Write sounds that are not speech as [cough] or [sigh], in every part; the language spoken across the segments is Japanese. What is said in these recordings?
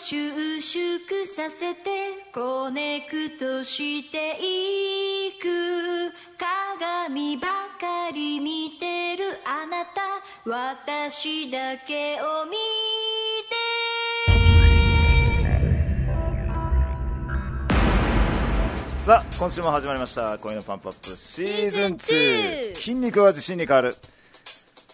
収縮させてコネクトしていく鏡ばかり見てるあなた私だけを見てさあ今週も始まりました「恋のパンプアップ」シーズン 2, 筋肉は自信に変わる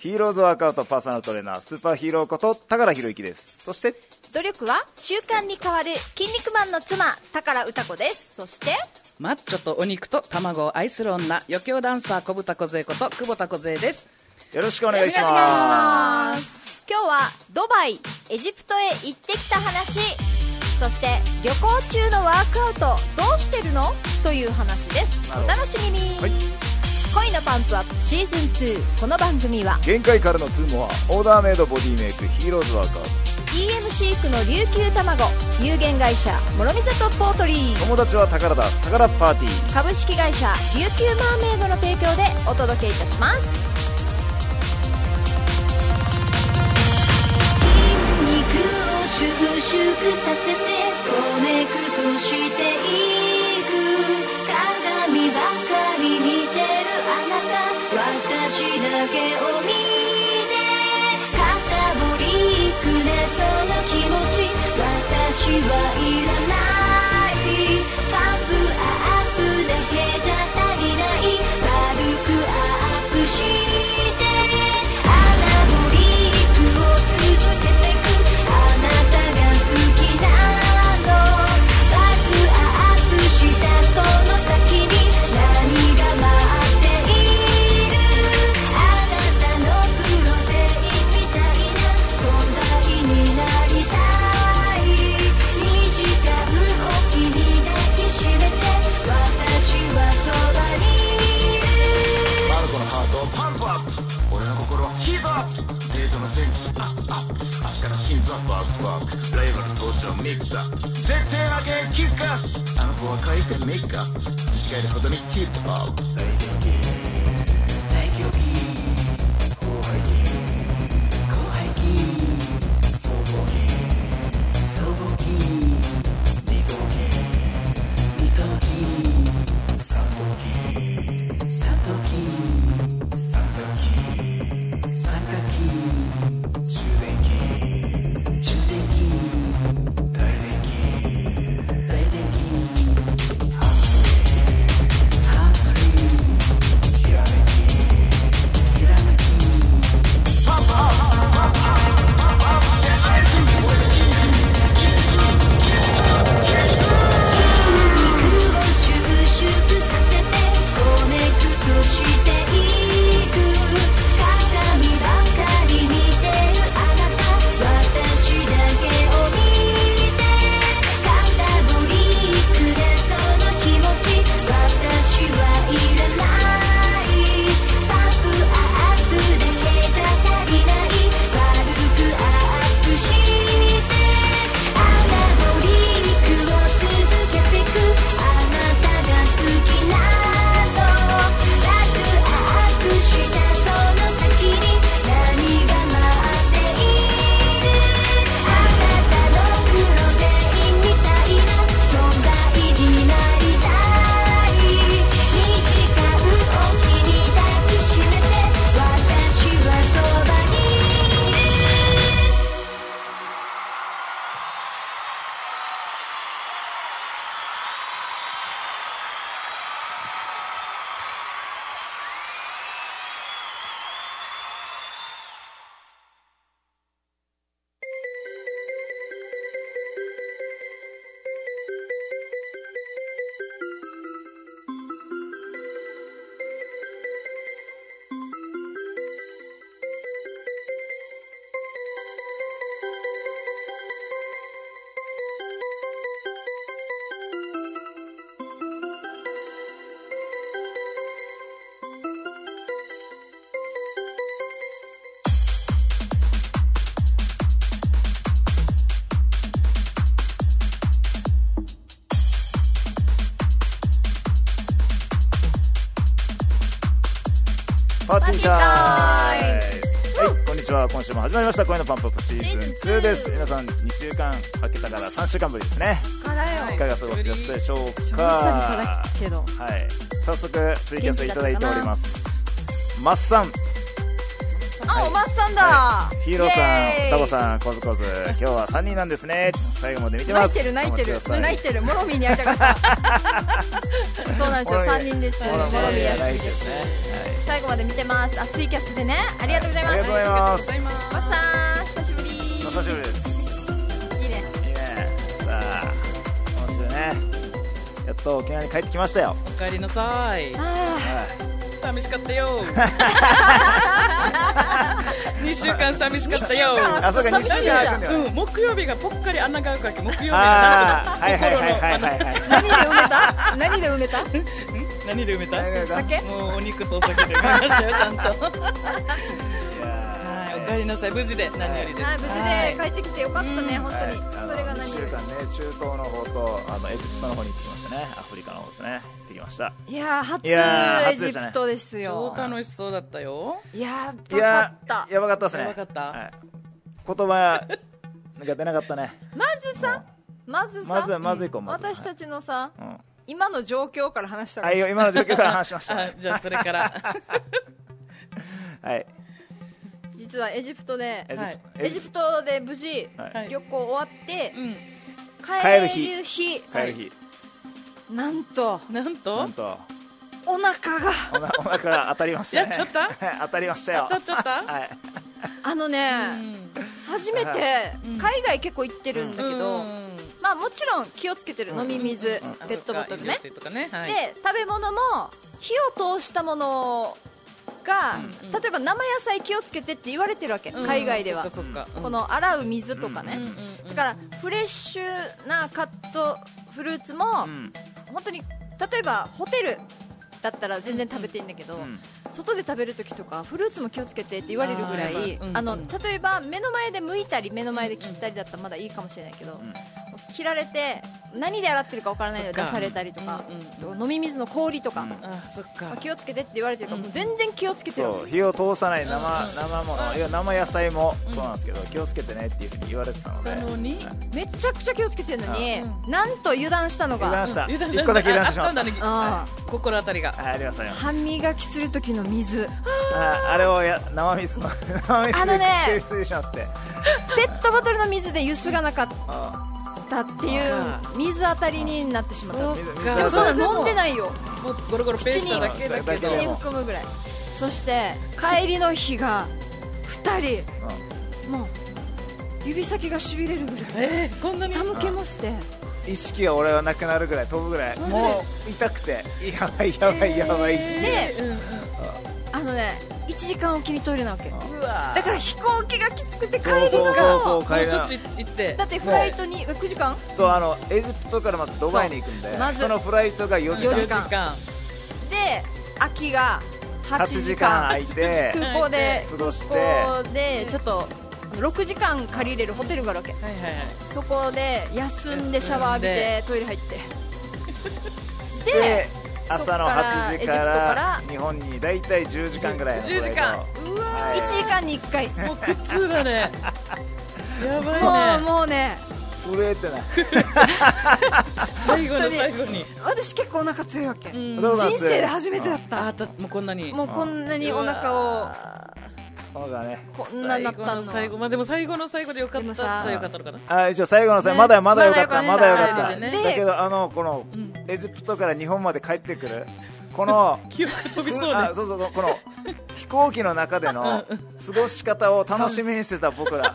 ヒーローズワークアウトパーソナルトレーナースーパーヒーローこと高良博之ですそして努力は習慣に変わる筋肉マンの妻宝歌子ですそしてマッチョとお肉と卵を愛する女余興ダンサー小豚小杖こと久保田小杖ですよろしくお願いしお願まいしますす今日はドバイエジプトへ行ってきた話そして旅行中のワークアウトどうしてるのという話ですなるほおど楽しみに、はい恋のパンプアップシーズン2この番組は限界からのツーモアオーダーメイドボディメイクヒーローズワークアウ EM 飼育の琉球卵有限会社諸見里ポートリート友達は宝だ宝パーティー株式会社琉球マーメイドの提供でお届けいたします筋肉を収縮させてコネクトしていく鏡ばかり見てるあなた私だけを見て肩ぼりくねその気持ち私はいらないパンプアップだけじゃ足りない軽くアップしてアナボリを続けてく「あなたが好きなの」「ワクアップしたその先に何が待っている」「あなたのプロテインみたいな存在になりたい」「2時間おきに抱きしめて私はそばにいる」マルコのハートをパンプアップ俺の心はヒートアップデートの前期アップアップ明日から心臓バックバックライバル登場ミックスアップ絶対負けんキックアップあの子は可愛くメイクアップ短いほどにキープアップ「収縮させてコネクトしていく」「鏡ばかり見てるあなた」「私だけを見て」「肩ぶりくれその気持ち」「私はいらない」「パップアップだけじゃ足りない」「軽くアップして」「アナボリックを続けてく」「あなたが好きなの」「ワクアップしたその先に何が待っている」「あなたのプロテインみたいな存在になりたい」「2時間おきに抱きしめて私はそばにいる」パーティータイムパーティータイはいこんにちは今週も始まりました声のパンプアップシーズン2です皆さん2週間明けたから3週間ぶりですねからいかが過ごしだったでしょう久々だかけどはい早速ツイキャスいただいておりますマッサンあおまっさんだ、ヒーローさん、タコんさん、コズコズ、今日は3人なんですね。最後まで見てま泣いす。てる泣いてる頑張っ泣いてるモロミーに会いたかったそう [laughs] なんですよモロミー3人でしたモロミーモロミーや大好好きできですすね最後まで見てますあツイキャスでねありがとうございます、ありがとうございますざいますマッサン久しぶりください。お久しぶりです。いいねいいね。さあ、今週ね、やっと沖縄に帰ってきましたよ。お帰りなさいあはい寂しかった [laughs] よ二週間寂しかったよあ、そうか、寂西しいじ川ゃ君んだよね。うん、木曜日がぽっかり穴が開くわけ木曜日あがあ、はいはいはいはい [laughs] はいはい。あ何で埋めた何で埋めた何で埋めた酒もうお肉とお酒で埋めましたよちゃんとはいやいお帰りなさい無事で何よりですはい無事で帰ってきてよかったね、うん本当はいに、あそれがの何一週よ間ね、中東の方とあのエジプトの方に行ってきましたね。アフリカの方ですね。行ってきました。りいやー初いやーエジプトです超よ楽しそうだったよいやいーバやカだー、ったやばかったですね。やばかったはい言葉なんか出なかったね。まずさまずさまずまず行こうまず私たちのさうん。今の状況から話したらあいいよ今の状況から話しました、あね、じゃあそれから [laughs] はい実はエジプトでエジプト、はいエジプトで無事はい旅行終わってうん帰る帰る日帰る日、なんとなんなとんとお腹がおなお腹当たりましたねやっちゃった [laughs] 当たりましたよ当たっちゃったはいあのうねん初めてうん海外結構行ってるんだけうどんまあもちろん気をつけてる飲み水ペあットボトそっかルね飲料水とかねはいで食べ物も火を通したものがうん例えば生野菜気をつけてって言われてるわけうん海外ではそっかそっかこの洗う水とかうねんうんうんだからフレッシュなカットフルーツもうん本当に例えばホテルだったら全然食べていいんだけど、うん外で食べるときとかフルーツも気をつけてって言われるぐらあーいやっぱうんあのうん例えば目の前で剥いたり目の前で切ったりだったらまだいいかもしれないけど、ん切られて何で洗ってるかわからないのでそっ出かされたりとかうんうんうん、と飲み水の氷とか、うんあそっかまあ気をつけてって言われてるから、もう全然気をつけてるわそう火を通さない生生ものいや生野菜もそうなんですけど気をつけてねっていうふうに言われてたのでなのにはいめちゃくちゃ気をつけてるのに、うなんと油断したの油断が、した油断一個だけ油断してしまっああったたはんいだねあ心当たりがありがとうございます歯磨きする時の水ああれをや生水の [laughs] 生水あのねで吸水しまってペットボトルの水でゆすがなかったあったっていう水当たりになってしまったそでっうかもそんれなも飲んでないよもうゴロゴロペー口したにだけだけ口どに含むぐらいそして帰りの日が2人もう指先がしびれるぐらいえー、こんなに寒気もして意識が俺はなくなるぐらい飛ぶぐらいマジでもう痛くてやばいやばいやばいっていうでうんうんあのね1時間おきにトイレなわけうわだから飛行機がきつくて帰りそうそうそうそがうも海う岸ちょっと行ってだってフライトに9時間そうあのエジプトからまずドバイに行くんそでうまずそのフライトが4時4間時間で秋が8 8時時間間空いて空港で過ごして空港でちょっと6時間借りれるホテルがあるわけはいはいはいそこで休んでシャワー浴びてトイレ入ってでで朝の8時から日本に大体10時間ぐらいのフライ10ト時間うわはい1時間に1 [laughs] 回ももう苦痛 [laughs] だねやばういねもうね震えてない最後の最後に、私結構お腹強いわけ人んどうなん生で初めてだっあたたもうこんなにもうこんなにお腹をそうだねこんなになったの最後の最後まあでも最後の最後でよかっでもたさじゃよかったのかなあ一応最後の最後ねまだまだよかったままだだよよかかっったたでだけどあのこのんエジプトから日本まで帰ってくるこの記憶飛びそうねあそうそうそうこの飛行機の中での過ごし方を楽しみにしてた僕ら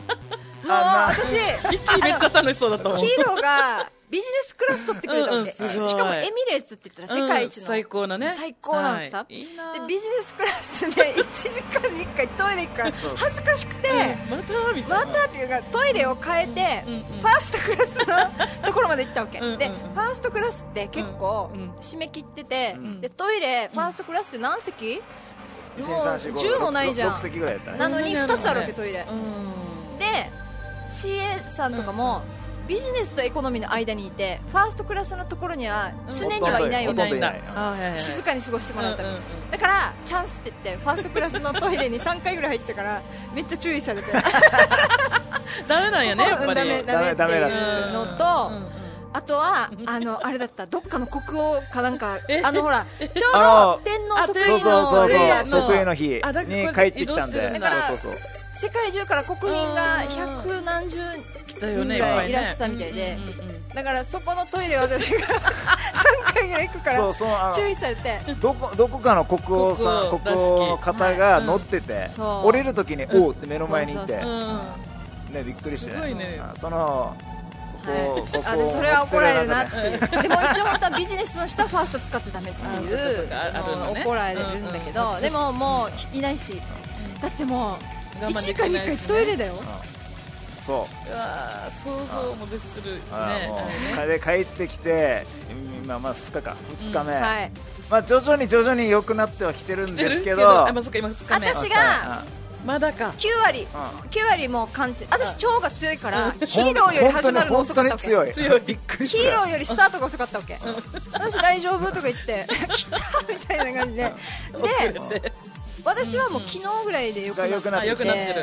もうあ [laughs] 私息めっちゃ楽しそうだったもんヒーローがビジネスクラス取ってくれたわけ、うんうんすごいしかもエミレーツって言ったら世界一うの、ん最高なね最高なのさ、はいいいなでビジネスクラスで1時間に1回トイレ行くから恥ずかしくて、うんまたみたいなまたっていうかトイレを変えて、うんうんファーストクラスのところまで行ったわけ、うんうんうんでファーストクラスって結構うんうん締め切ってて、んでトイレファーストクラスって何席、もう10 10もないじゃん6席ぐらいだったねなのに2つあるわけトイレ、うんで CA さんとかも、ビジネスとエコノミーの間にいてファーストクラスのところには常にほとんはどいないよほとんどいないあはいはいはい静かに過ごしてもらうためにうんうんうんだからチャンスって言ってファーストクラスのトイレに3回ぐらい入ってからめっちゃ注意さ [laughs] れてダメなんやねやっうんぱダりメダメってダメいらしくてうのとうんうんあ [laughs] とはあのあれだったどっかの国王かなんかえあの [laughs] ほらちょうあどの天皇即そうそうそうあ位のレイヤーそうの即位の日にあだからこ帰っれてきたんで移動するんだそうそうそう世界中から国民が百何十来たよね人がっぱねいらしたみたいでうんうんうんだからそこのトイレ私が [laughs] 3回ぐらい行くかそうらそうあの注意されてどこどこかの国王さん国国王王の方がはい乗ってて、そう降りるときに「おう」って目の前にいて、そうそううんね、びっくりしてすごねいねあその国王、はい国王あでそれは怒られるなって乗っいうでも一応本当はビジネスの人はファースト使っちゃダメっていあそうかそううかああるのね怒られるんだけうんどうんでももういないしだってもう我慢1で時きないし間にね1回トイレだよてる中でそううわー想像も絶するねあーもうあれねで帰ってきてうん今まあ2日か2日目、はいまあ、徐々に徐々に良くなってはきてるんですけどあまあそっか今二日目私がまだか9割う9割もう感知私腸が強いからうんヒーローより始まるの遅かったわけ本当に本当に強い強いびっくりしヒたーローよりスタートが遅かったわけ私大丈夫とか言ってて [laughs] 来たみたいな感じでで遅れて私はもう昨日ぐらいでよくなっが良くてなっあてよくなってるで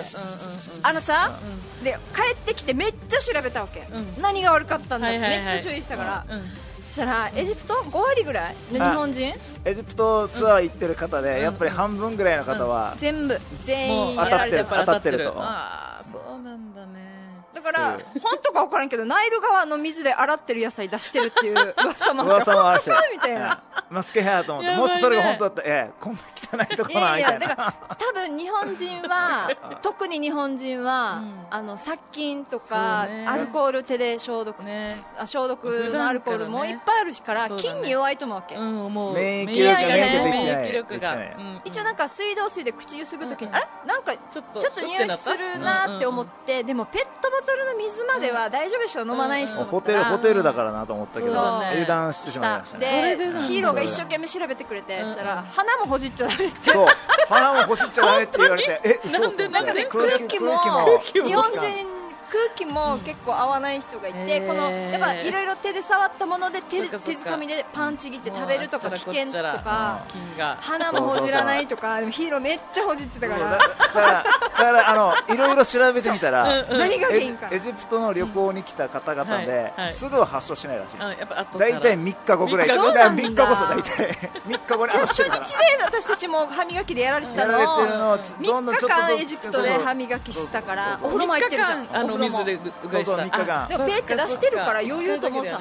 あのさ、で帰ってきてめっちゃ調べたわけ、うん何が悪かったんだって、はいはいはいめっちゃ注意したから、うんうんうんそしたらエジプト5割ぐらいの日本人エジプトツアー行ってる方で、うんやっぱり半分ぐらいの方は、全部全も員うやられて当たってるる当たってるとああそうなんだねだから、う本当か分からんけどナイル川の水で洗ってる野菜出してるっていう噂もあって噂もあるし [laughs] みたいなマスケヘアと思って、やばもいねしそれが本当だったら、ええこんな汚いとこいなんやいみたやいだなから多分日本人 [laughs] は特に日本人は、うんあの殺菌とか、そうねアルコール手で消毒、ねあ消毒のアルコールもいっぱいあるしからそうだね菌に弱いと思うわけ、うんもう免疫力がね免疫免力疫力がができてなうん一応なんか水道水で口ゆすぐときに、あれなんかちちょっとょっと匂いするなって思っうんうんて、でもペットボトルの水までは大丈夫でしょ、飲まないしと思ホったテら、ルホテルだからなと思ったけど、そうだね油断してしまいましたでねそれでなんだヒーローが一生懸命調べてくれて、うんしたら鼻もほじっちゃダメってそう鼻もほじっちゃダメって言われてえそうなんでなんかね空空気気空も気も日本人空気も結構合わない人がいて、うんこのへーやっぱいろいろ手で触ったもので手でそ手っかそっかづかみでパンちぎって食べるとかもうあ危っちゃらこっち険とゃらか菌が鼻もほじらないとかでもヒーローめっちゃほじってたそうかだらからだからあのいろいろ調べてみたら、何が原因かエジエジプトの旅行に来た方々で、うんはいはいすぐは発症しないらしいうんやっぱ後から大体3日後ぐらい三日後だからそうな3日後んださ大体3日後に発症初し日たでら私たちも歯磨きでやられてたやらのれてるのをちどんどん3ちょ日っと間ずつエジプトで歯磨きしたからお風呂も入っ3日てるじゃん間あおの風呂も水でぐぐらいしそうそたう三日間でもペって出してるから余裕と思うさ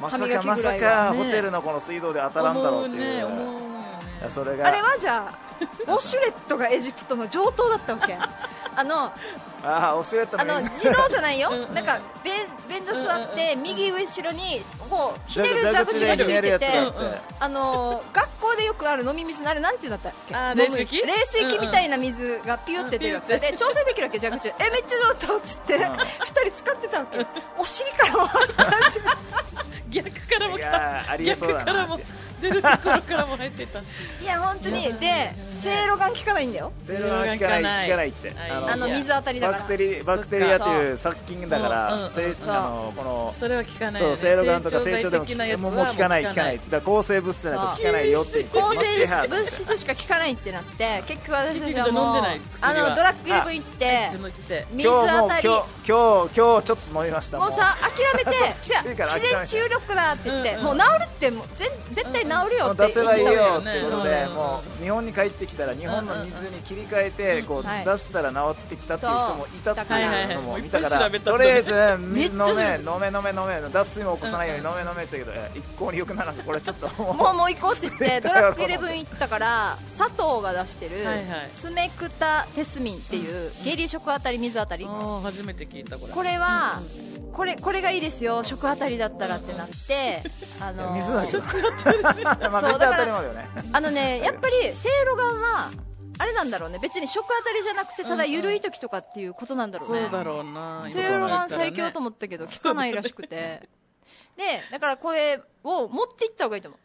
まさ歯磨かきぐらまいはさかねホテルのこの水道で当たらんだ思ろううってねいう思うよいねやそれがあれはじゃあウォシュレットがエジプトの上等だったわけあのああおしれたあの [laughs] ね自動じゃないようんうんなんか便便座座って右後ろにこうひねる蛇蛇口口でがつひねいるやてつてがあってうんうんあの学校でよくある飲み水のあれなんていうんだったっけあー飲む冷水器冷水器みたいな水がピューって出るわけうんうんで調整できるわけ蛇口でえめっちゃ上等っつってん2人使ってたわけお尻から回ったし逆からもいやーありえそうだ逆かならっもて出るところからも入ってたいや本当にでせいろが効かないんだよゼロは効かない効かないってはいあのあの水当たりだバかクテらリバクテリアという殺菌だかうんうんらうんせいそうあのこのそれは聞かないそよねう、セイロガンとか成長成長でも的なやつもはうもう効かない効かないだから抗生物質じゃないと効かないよって言って抗マスケハ生ート物質しか効かないってなって結局私たちは飲んもうでない薬あはのドラッグイレブン行ってでも来て水今日も当うたり今日今日今日ちょっと飲みましたもうさ諦 [laughs] めてじゃあ暑いから諦め自て然治癒力だって言って、うんうんもう治るってもうぜん絶対治るよもっうて出せばいいよよってねことでうんもう日本に帰ってきたら日本の水に切り替えてこう出はいしたら治ってきたっていう人もいたっていうのもそう見たかはいらはいはいとりあえずめっ飲ちゃめ飲め飲め飲め脱水も起こさないように飲め飲めって言うけどえ一向に良くならんかこれちょっともうももう行こうって言ってドラッグイレブン行ったから佐藤が出してるはいはいスメクタテスミンっていう下痢食あたり水あたりああ初めて聞いたこれこれはこれこれがいいですよ食あたりだったらってな [laughs] ってあうの水だけど [laughs] まあ水当そうだからたりもだよねあのねやっぱりせいろがんはあれなんだろうね別に食あたりじゃなくてただ緩い時とかっていうことなんだろうねそうだろうなセイロガン最強と思 [laughs] ったけど効かないらしくてでだからこれを持っていった方がいいと思う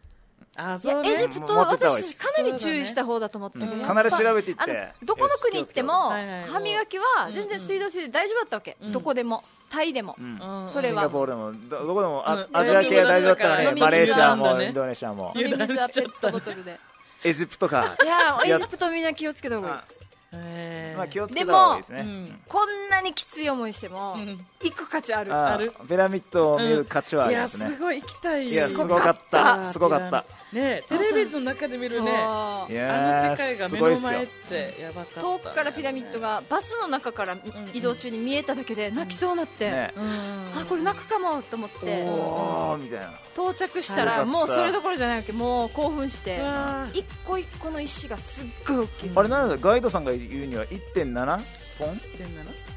あいやそうねエジプトは私たちかなり注意した方だと思ったけど、うんかなり調べていっあのてどこの国行ってもはいはい歯磨きは全然水道水で大丈夫だったわけ、どこでもタイでも、んうんそれシンガポはールでもどどこでもあうんアジア系は大丈夫だったのに飲み水マレーシアなんだもねインドネシアも飲み水はペットボトルでエジプトかいやーいやエジプトみんな気をつけた方がいいあへーまあ気をつけた方がいいですうねんこんなにきつい思いしても、ん行く価値あるああるピラミッドを見る価値はあいりやますねすごい行きたいいやすごかっあたーすごかったねテレビの中で見るねあそういやーの世界がす目ごいっのすよ前ってやばかった遠くからピラミッドがバスの中から移動中に見えただけで泣きそうになって、ねうんあこれ泣くかもと思っておーみたいな到着しよたからったもうそれどころじゃないわけもう興奮してうわー一個一個の石がすっごい大きいあれなんだガイドさんが言うには1.7トン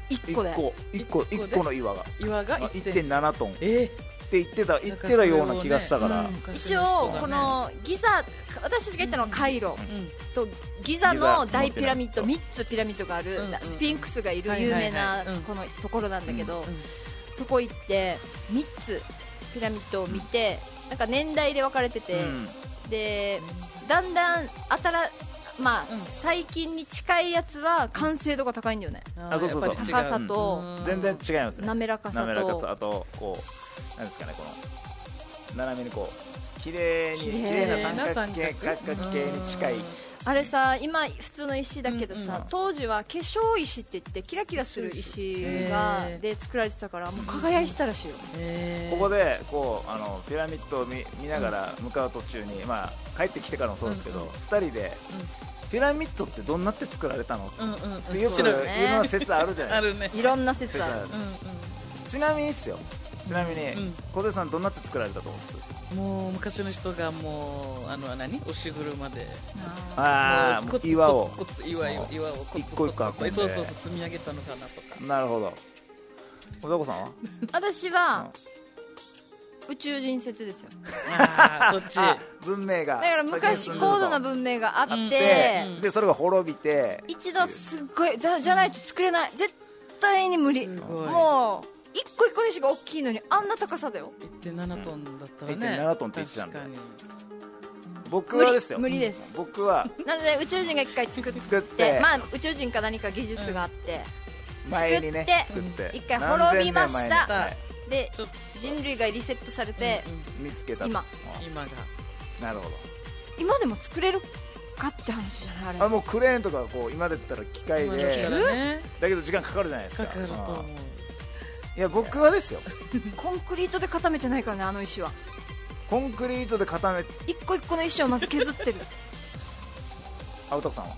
一個で1個1個一個1で個の岩が岩があ1.7 1.7トンってえ言ってた言ってたような気がしたから一応このギザ私たちが行ったのはカイロうんとギザの大ピラミッド3つピラミッドがあるうんうんスフィンクスがいるはい有はいはい名なうんこのところなんだけどうんそこ行って3つピラミッドを見てなんか年代で分かれてて、うんでだんだん新まあ、うん最近に近いやつは完成度が高いんだよねあそうそうそうやっぱり違高さとうん全然違いますね滑らかさ滑らかとさあとこうなんですかねこの斜めにこう綺麗に綺綺麗麗なな三角形三角三角形に近いあれさ今普通の石だけどさ、うんうん当時は化粧石って言ってキラキラする石がへーで作られてたからもう輝いてたらしいよ、へーここでこうあのピラミッドを見見ながら向かう途中にまあ帰ってきてからもそうですけうどん二人でピラミッドってどんなって作られたのっうんうんうんてよくそ言ううねのは説あるじゃないあでるねいろんな説すかある説うあるんちなみにですよちなみにうん小手さんどんなって作られたと思うんですうんもう昔の人がもうあの何押し車であもうあコツ岩をコツコツ岩もをう岩をコツ一個一個コツ運んでそうそうそう積み上げたのかなとかなるほど小田子さんは私は宇宙人説ですよ [laughs] あーそっちあ文明がだから昔先に進んでると高度な文明があっでて、うんでそれが滅びて一度すっごいじゃじゃないと作れない絶対に無理ごいもう一個一個の石が大きいのにあんな高さだよ1.7トンだったらね1.7トンって言ってたんだ確かに僕はですよ無理無理です僕はなので宇宙人が一回作っ作っててまあ宇宙人か何か技術があって、前にね作作っってて一回滅びました何千年前にでちょっ人類がリセットされて、うんうんはい見つけたと今うん今がなるほ今でも作れるかって話じゃないあれどあもうクレーンとかこう今だったら機械今の人でらねだけど時間かかるじゃないですかかかると思ううんいや僕はですよコンクリートで固めてないからねあの石はコンクリートで固め一個一個の石をまず [laughs] 削ってるあおたこさんは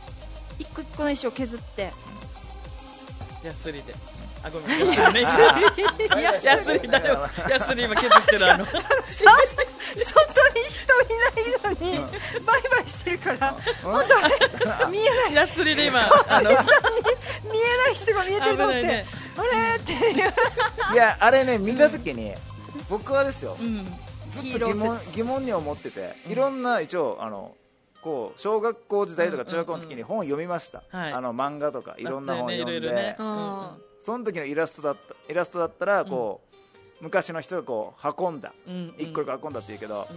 一個一個の石を削ってヤスリであごめんヤスリねヤスリヤスリだよ [laughs] ヤスリ今削ってるあの外に人いないのにバイバイしてるから本見えないヤスリで今あの見えない人が見えてると思っ危なて、いねあれっていういやあれね見た時に僕はですようんずっと疑問疑問に思ってて、いろんな一応あのこう小学校時代とか中学校の時に本を読みました、はいあの漫画とかいろんな本あったよね読んで、いろいろねうんその時のイラストだったイラストだったらこう、昔の人がこう運んだうんうん一個一個運んだって言うけど、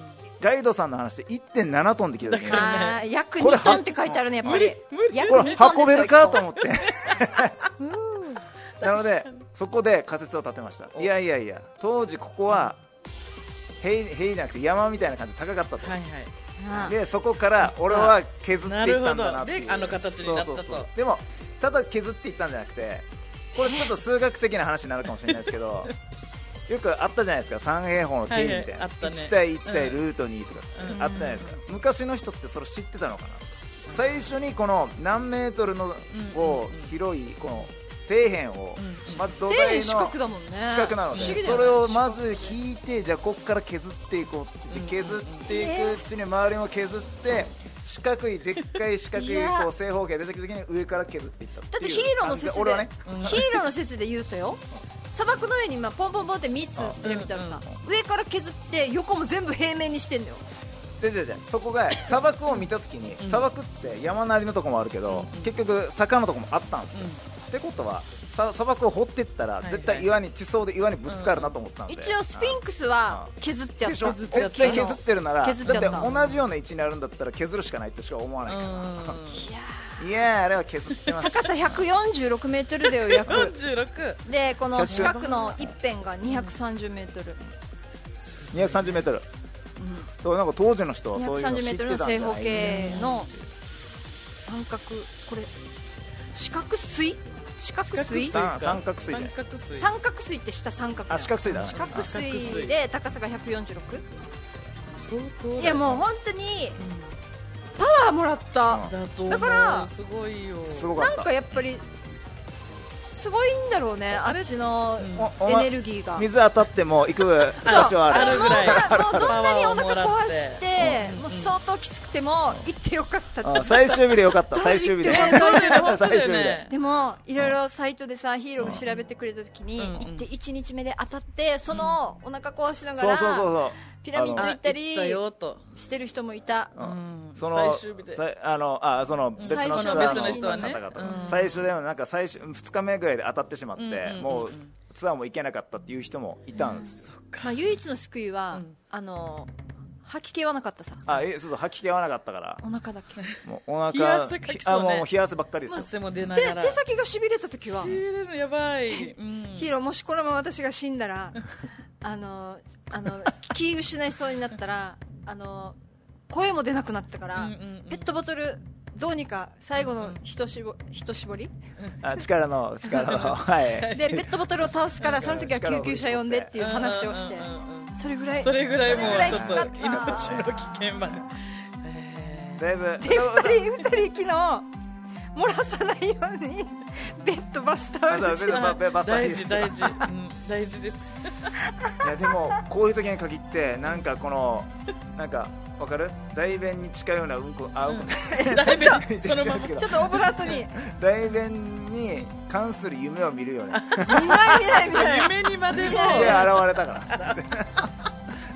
ガイドさんの話で1.7トンできる時にだからあー約これ2トンって書いてあるねやっぱり無理約 [laughs] ほら2トン運ですべよるかと思ってなのでそこで仮説を立てましたいやいやいや当時ここは塀塀じゃなくて山みたいな感じで高かったと、はいはいうんでそこから俺は削っていったんだなっていうなるほどであの形になったとそうそうそうでもただ削っていったんじゃなくてこれちょっと数学的な話になるかもしれないですけ [laughs] どよくあったじゃないですか三平方の定理みたいはいはいあな、ったね1対1対ルート2とかうっんてあったじゃないですか、昔の人ってそれ知ってたのかな最初にこの何メートルのこうんうんうんう広いこの底辺をうんまず土底台辺の四角だもんね四角なので、不思議だよそねれをまず引いてじゃあここから削っていこうって言って削っていくうちに周りも削って四角いでっかい四角い [laughs] いやこう正方形出てきた時に上から削っていっただっていうヒーローの説感じで、俺はねヒーローの説で言うとよ砂漠の上に今ポンポンポンって3つで見たらさ、上から削って横も全部平面にしてんのよでででそこ [laughs] が砂漠を見た時に砂漠って山なりのとこもあるけど結局坂のとこもあったんですよってことはさ砂漠を掘ってったらいはい絶対岩に地層で岩にぶつかるなと思ったんで一応スピンクスは削ってやでっしょた削ってやった絶対削ってるならだっ削ってやてった同じような位置にあるんだったら削るしかないとしか思わないかうらいやーあれは削ってます高さ146メートルだよ約ん46でこの四角の一辺が230メートル230メートルそうなんか当時の人はそういうの知230メってーたんトじルのゃない正方形の三角これ四角錐四角錐四角錐三三角錐じゃ三ない角錐三角錐って下三角やあん四角錐だ四角四角錐錐で高さが 146? 相当だよいやもう本当にパワーもらった、うんだと思うだからすごいよすごかなんっかやっぱりすごいんだろうねあっちのおおエ前ネルギーがた水当たっても行く場所はああるるぐらいもうどんなにパワおーをもら腹っ壊てしてもう相当きつくても行ってよかったうんって最終日でよかった最終日でね [laughs] 最終日本当だ最終よ日でねでもいろいろサイトでさヒーローが調べてくれた時にうん行って1日目で当たってそのお腹壊しながそうそうそうらそうピラミッドあ行行っったたりよとしてる人もいたうんその最終日でさいあのあその別の最初ツアのー別の人はね方々うん最初でもなんか最初2日目ぐらいで当たってしまって、うんうんうんもうツアーも行けなかったっていう人もいたんですよ、まあ唯一の救いはうんあの吐き気はなかったさあえそうそう吐き気合わなかったからお腹だけもうお腹 [laughs] 冷や汗かきそうあねもう冷や汗ばっかりですよ、汗も出ながでら手先がしびれた時は入れるのやばいうんヒーローもしこのまま私が死んだら [laughs] あのあの気失いそうになったらあの声も出なくなったから、うんうんうんペットボトルどうにか最後のひとしぼひと絞 [laughs] りあ力の力のはいでペットボトルを倒すからその時は救急車呼んでっていう話をしてうんうんうんうんそれぐらいそれぐらいもそれうちょっと使命のっ危険までだいぶたで2人2人昨日漏らさないようにベッドバスタあそオうル別しにバババッサリ大事大事うん大事ですいやでもこういう時に限ってなんかこのなんかわかる大便に近いようなうんこあうんこ [laughs] [laughs] 大便その [laughs] ままちょっとオブラートに大便に関する夢を見るよ [laughs] ね見ない見ない見ない夢にまでもで現れたから [laughs] だか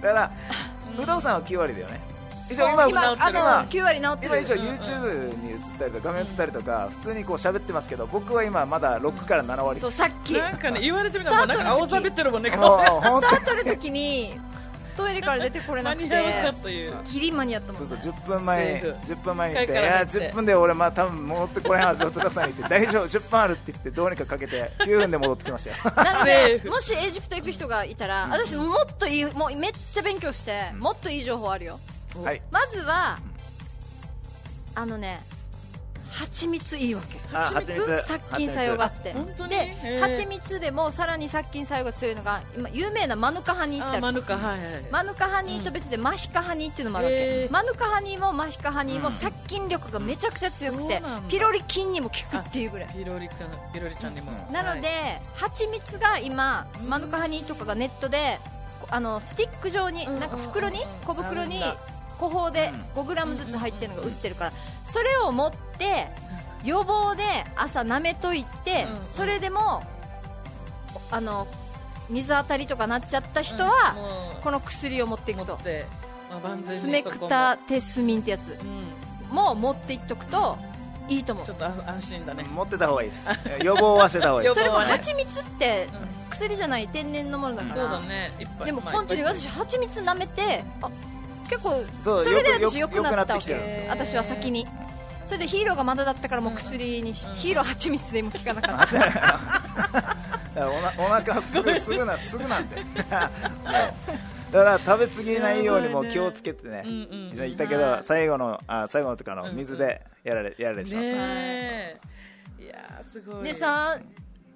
ら不動産は9割だよね一応今今今あの今9割治って今る一応 YouTube に映ったりとか画面映ったりとか普通にこう喋ってますけど僕は今まだ6から7割そもうさっきなんかね言われてみたらもうなんか青ざめてるもんねう顔本スタートる時にトイレから出てこれな間くにて合わなかったというギリ間に合ったもそうんそうね10分前セー10分前に行ってい一回からや入って10分で俺まあ多分戻ってこれへんはずだとたくさんに言って [laughs] 大丈夫10分あるって言ってどうにかかけて9分で戻ってきま [laughs] したよなのセーでフもしエジプト行く人がいたら私もっといいもうめっちゃ勉強してもっといい情報あるよはいまずはあのね蜂蜜いいわけあ蜂蜜殺菌作用があって蜂蜜本当にでへー蜂蜜でもさらに殺菌作用が強いのが今有名なマヌカハニーってああるマヌカはいはいマヌカハニーと別でマヒカハニーっていうのもあるわけ、へーマヌカハニーもマヒカハニーも殺菌力がめちゃくちゃ強くて、そうなんだピロリ菌にも効くっていうぐらいピロリかなピロリちゃんにもなので、蜂蜜が今うんマヌカハニーとかがネットでこあのスティック状に、うんなんか袋にうんうん小袋にあるんだ個包で 5g ずつ入ってるのが売ってるからそれを持って予防で朝舐めといて、うんそれでもあの水当たりとかなっちゃった人は、この薬を持っていく持とってまあ万全にスメクタテスミンってやつそこもうんも持っていっとくといいと思うちょっと安心だね持ってた方がいい [laughs] です予防はしてた方がいいですそれも予防はね蜂蜜ってう薬じゃない天然のものだんかそうだらねいっぱいでもまあ本当にいっぱい私蜂蜜舐めてあ結構そうそれでよく私良よくくなっ良くなたわけってきてるんです私よは先にそれでヒーローがまだだったからもう薬にしうんヒーロー蜂蜜でも効かなかっだからおなお腹すぐすぐなすぐ [laughs] なんで [laughs] うんだから食べ過ぎないようにも気をつけてねうんうんうんじゃあ言ったけど最後のあ最後のとかうんのうん水でやられやられてしまった、ねえいやーすごたい [laughs] でさ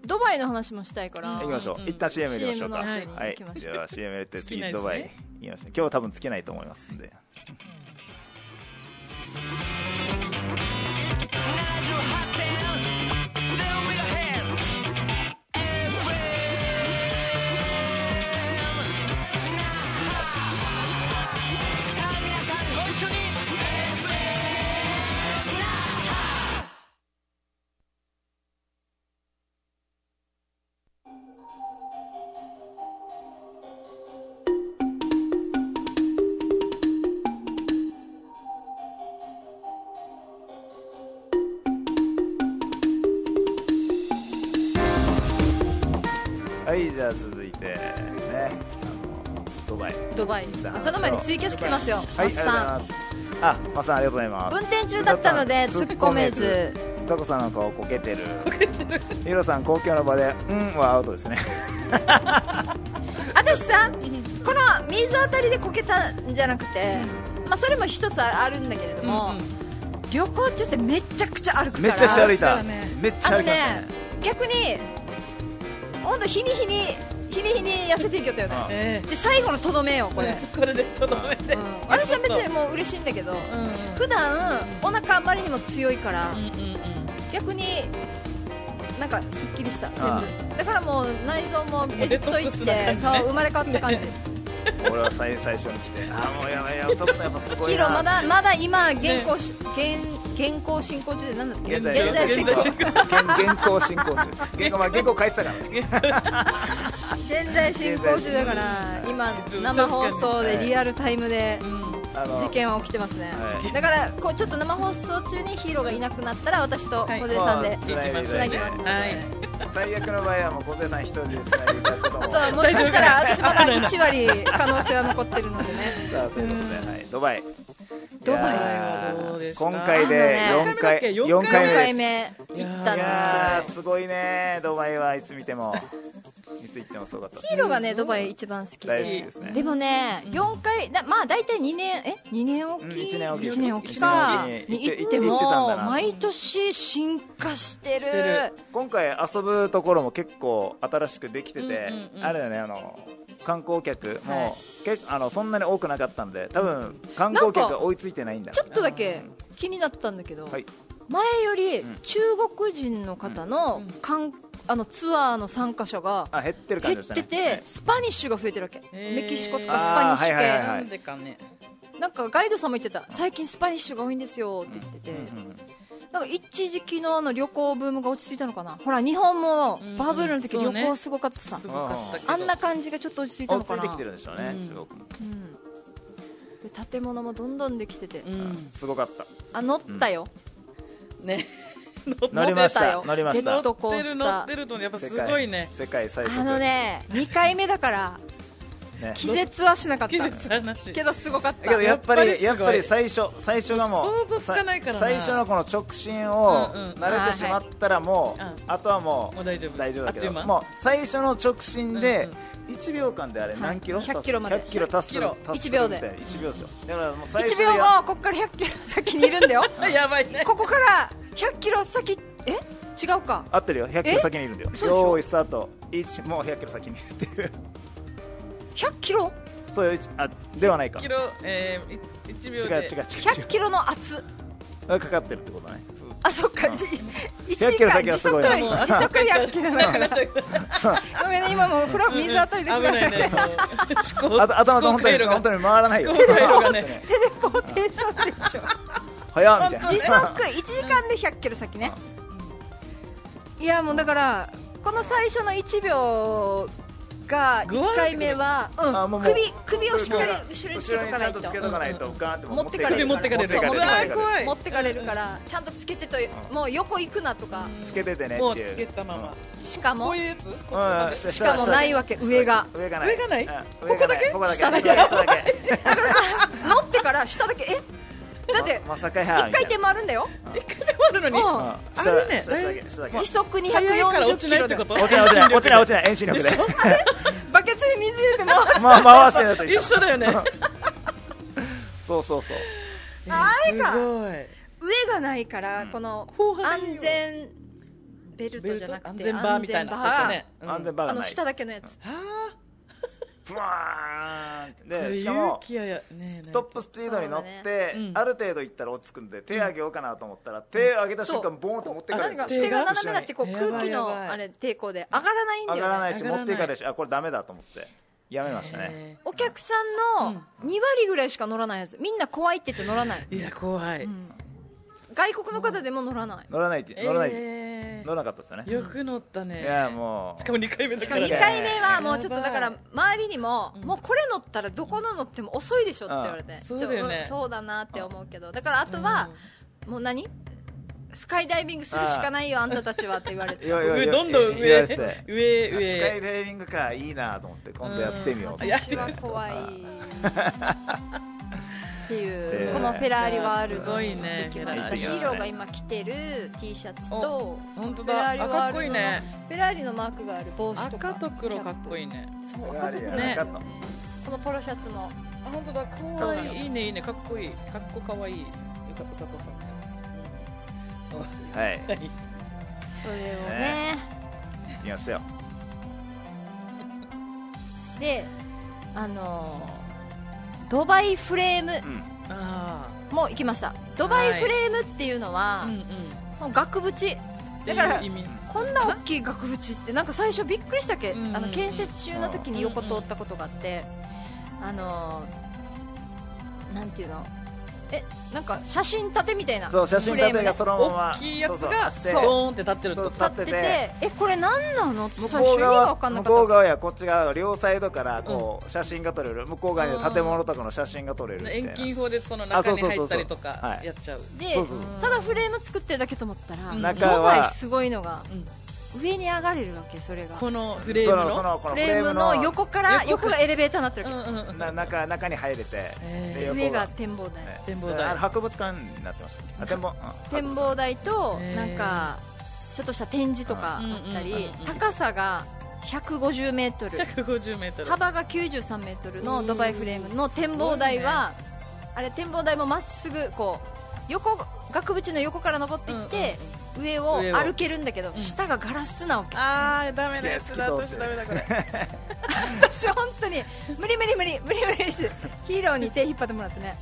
ドバイの話もしたいからうん行きましょう、うん一旦 CM 入れましょうか CM の後にはい行きましょうでは CM 入れて次尽きないでドすねバイ行きましょう今日多分つけないと思いますんでゃあ続いてねあのドバイドバイだあその前にツイキャス来てますよはいあマりスがとうございさまんすあマスさんありがとうございます運転中だったので突っ込めずタコさんの顔こけてるこけてるヒロさん公共の場で「うん」はアウトですね私さこの水あたりでこけたんじゃなくて、まあ、それも一つあるんだけれども、旅行中ってめちゃくちゃ歩くかめらちゃくちゃ歩いあたのねめっちゃ歩きましたね逆に本当日に日に日に日に痩せていきよったよねえで最後のとどめよこれ、えこれでとどめてうん、 [laughs] 私は別にもう嬉しいんだけどうんうん普段お腹あまりにも強いからうんうん逆になんかすっきりした全あ部だからもう内臓もエジプト行デトッっクスなて感じそねう生まれ変わった感じ俺は最最初に来て「あもうやばいやばいタコさんやっぱすごヒいーな」ローまだまだ今現行し、現現行進行中でなんだっけ現在進行現在進現行現行進行中原稿まあ原稿書いてたからね在進行中だから今生放送でリアルタイムであの事件は起きてますね、はいだからこうちょっと生放送中にヒーローがいなくなったら私と小杉さんで、はいつなぎますので、はい最悪の場合はもう小杉さん一人でつないでいただくこともそうもしかしたら私まだ1割可能性は残ってるのでねさあということで、はい、ドバイドバイいやーどうでした今回であのね4回四回目だっ4回目ですけ4回目行ったんですけどいやーすごいねドバイはいつ見てもいつ行ってもすごかったヒーローがねドバイ一番好き大好きでですねでもね4回だまあ大体2年え二年おきうん一年おき一年おきか一年おきにに行って行って行ってたんもだな毎年進化してしてるる今回遊ぶところも結構新しくできてて、うんうんうんあれだよねあの観光客も、はいけあのそんなに多くなかったんで多分観光客が追いついてないんだちょっとだけ気になったんだけどはい前よりん中国人の方のかんあのツアーの参加者があ減ってる感減じっでしたてねてスパニッシュが増えてるわけへーメキシコとかスパニッシあーはいはいュはいなんでかね系なんかガイドさんも言ってた最近スパニッシュが多いんですよって言っててうんうんなんか一時期のあの旅行ブームが落ち着いたのかなほら日本もうんうんバブルの時そ旅うね行すごかったさ、すごかったけどあんな感じがちょっと落ち着いたの落ちか着いてきなてるんでしょうね、う中ん国もうんで建物もどんどんできてて、うんすごかったあ乗ったよ、ね乗りました [laughs] 乗ってたよ乗りましジェたットコ乗ってーるスタ乗ーってるとやっぱ世す界ごいね世界最速あのね2回目だからね気絶はしなかっ季た節話けどすごかっただけどやっぱりややっっぱぱりり最初最初がもう想像つかないからな最初のこの直進をうんうん慣れてしまったらもう、あはいあとはもうもう大丈夫大丈夫だけあどっという間もう最初の直進でうん1秒間であれい何キロ、 100キロまで100キロ達する100キロ達す1る秒みでたいな1秒ですよだからもう最初1で秒や後ここから100キロ先にいるんだよやばいねここから100キロ先え違うか合ってるよ100キロ先にいるんだよそうでしょ用意スタート1もう100キロ先にいるっていう100キロそうよ一あではないかキロえーい一違う違秒うで違う違100キロの圧うかかってるってことねあそっか、うんじ1 100キロ先はすごいな時速時速100キロだ [laughs] から [laughs] ごめんね今もうフラ水当たり危できなない [laughs] くてね思 [laughs] 考あと頭と本思考当回に路本当がに回らないよ思考回路がねテレポーテーションでしょ早っみたいな時速1時間で100キロ先ねいやもうだからこの最初の1秒が具合悪1くなる回目は、う、あもうんもう首首をしっかりもう後ろにつけ後とろにかちなゃんいととつけとかないとガーンって持ってかれる持ってかれる持ってかれるそうあー怖い持ってかれるからちゃんとつけてともう横行くなとかつけててねっていうもうつけたまましかこもういうやつここまうでん下しかもないわけ上が上がない上がないうん上がないこここだけ下だけいや下だけ乗ってから下だけえだってままさかや1回転回るんだよ回るのにうんああ下だれね下だけ下だけ時速速いから240落ちキないロってこと落ちない落ちない落ちない落ちない遠心力でバケツに水入れて回 [laughs] すまあ回してるやつ一緒だよねそうそうそうあれかすごい上がないから、この後半安全ベルトじゃなくて安全バーみたいな安全バーね安全バーあがのない下だけのやつあブワーンってあでしか勇も気ややねえトップスピードに乗っそうてねうんある程度行ったら落ち着くんで手上げようかなと思ったら手上げた瞬そう間ボーンって持ってかれるんこうあです何かよ手が手が斜めだってこうやばい空気やばいのあれ抵抗で上がらないんだ上がらよないねし上持がっらないてかれるしあこれダメだと思ってやめましたねねお客さんの2割ぐらいしか乗らないやつみんな怖いって言って乗らないいや怖い外国の方でも乗らない乗らないって乗らない乗えらなかったですよねーよく乗ったねいやもうしかも2回目だしかかもら二2ね回目はもうちょっとだからや周りにももうこれ乗ったらどこの乗っても遅いでしょって言われてあそうだよねちょうんそうだなって思うけどだからあとはもう何スカイダイビングするしかないよあんたたちはって言われていやいやいやどんどんいや上いやい [laughs] やス上カイ上ダイビングかいいなと思って今度やってみようと思っ私ては怖いっていせーうこのフェラーリワールドにすごいね行ってきましたフェヒラーリーローが今着てる T シャツとお本当フェラだーリワあールドのかっこいいねフェラーリのマークがある帽子とか赤と黒かっこいいねそフうェラー赤とリ黒やねなかったこのポロシャツもあ本当だかそうわなんでいすいいいねいいねかっこいいかっこかわいい歌子さんのやつはいそれをねね行きましたよであのードバイフレームうんあも行きましたドバイフレームっていうのはあうんうんもう額縁だからっていう意味こんな大きい額縁ってなんか最初びっくりしたっけ、うんうんうんあの建設中の時に横通ったことがあって、あのーなんていうのえなんか写真立てみたいなそう写真立てがそのまま大きいやつそうがそうドーンって立ってるそうと立立っててえこれ何なのって向最こう初には側分かんな向かっこうた側やこっち側両サイドからこう写真が撮れる向こう側には建物とかの写真が撮れるみたいな遠近法でその中に入ったあそうそうそりとうそうかはいやっちゃうでそうそうそうただフレーム作ってるだけと思ったら、うん中ドバイはすごいのがうん上に上がれるわけそれがこのフレーそムのそののこのフフレレーームムのの横から横横がエレベーターになってるわうんうんうんな中中に入れてえーでけ、横上が展望台、ね展望あの台博物館になってましたっけあ展望うん [laughs] 展望台とへーなんかちょっとした展示とかあったうんうんりうんうん高さが150メー [laughs] トル150メートル幅が93メートルのドバイフレームの展望台はあれ展望台もまっすぐこう横額縁の横から登っていって上を上を歩けるんだけど下がガラスなわけああダメなやつだ透き私通ってるダメだこれ私本当に無理無理無理無理無理ですヒーローに手引っ張ってもらってね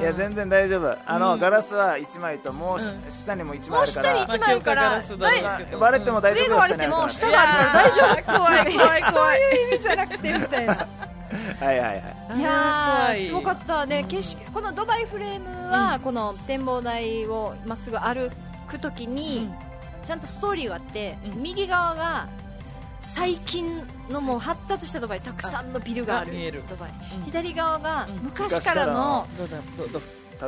いや全然大丈夫あの、うんガラスは1枚ともうし、うん下にも1枚もあうる下かにら1枚あるかまあ旧化ガらバラスレだまあバレても大丈上夫がよ割れても下下にがあるから大 [laughs] 丈夫怖い怖い怖いそういう意味じゃなくてみたいなあるからはいはいはいいや怖いーすごかったね、景色このドバイフレームは、この展望台をまっすぐ歩くときに、ちゃんとストーリーがあって、うん右側が最近のもう発達したドバイたくさんのビルがあるあ見えるドバイ、うん左側がうん昔からの、どうだどうだ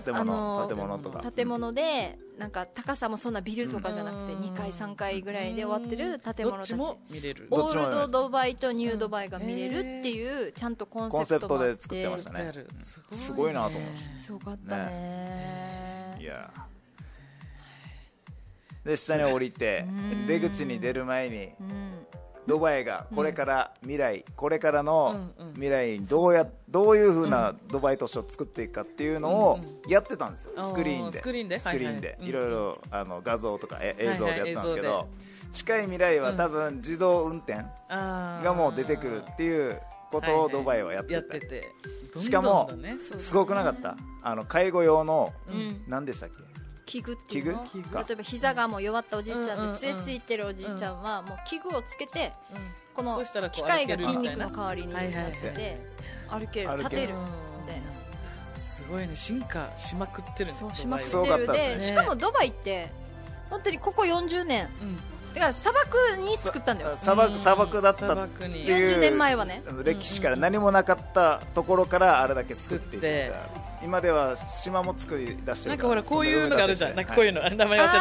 建物、あのー建物とか建物でなんか高さもそんなビルとかじゃなくて、うん2階3階ぐらいで終わってる建ど物ったちちも見れるどっオちもールドドバイとニュードバイが見れるっていう、ちゃんとコンコンセセププトトもあってで作ってましたねすすごごいいななとと思思いいままししたすごかったねいやーで下に降りてん出口に出る前にうんドバイがこれから未来、これからのうんうん未来にどうやどういうふうなドバイ都市を作っていくかっていうのをやってたんですよ、うんうんスクリーンおーでスクリーンでスクリーンではいはいいろいろあの画像とかえ映像でやってたんですけど、はいはい映近い未来は多分自動運転ががもう出てくるっていうことをドバイはやってて,、ししかかももすすごくなかったあの介護用のうん何でしたっけ器具っていうの器具例えば膝がもう弱ったおじいちゃうんうんんうんで杖ついてるおじいちゃんはもう器具をつけてそこのしたらこ機う械が筋歩けるみ肉たいのな代わりになってはいて歩ける歩ける立てるうんみたいなすごいね進化しまくってるねそうしドまバくイはすごっかってるたでですねしかもドバイって本当にここ40年うんだから砂漠に作ったんだよ砂漠砂漠だった砂っ漠てにいう40年前はね歴史から何もなかったところからあれだけ作っていって作今では島も作り出してなるんかほらこういうのがあるじゃんなんかこういうののあれ名前忘れた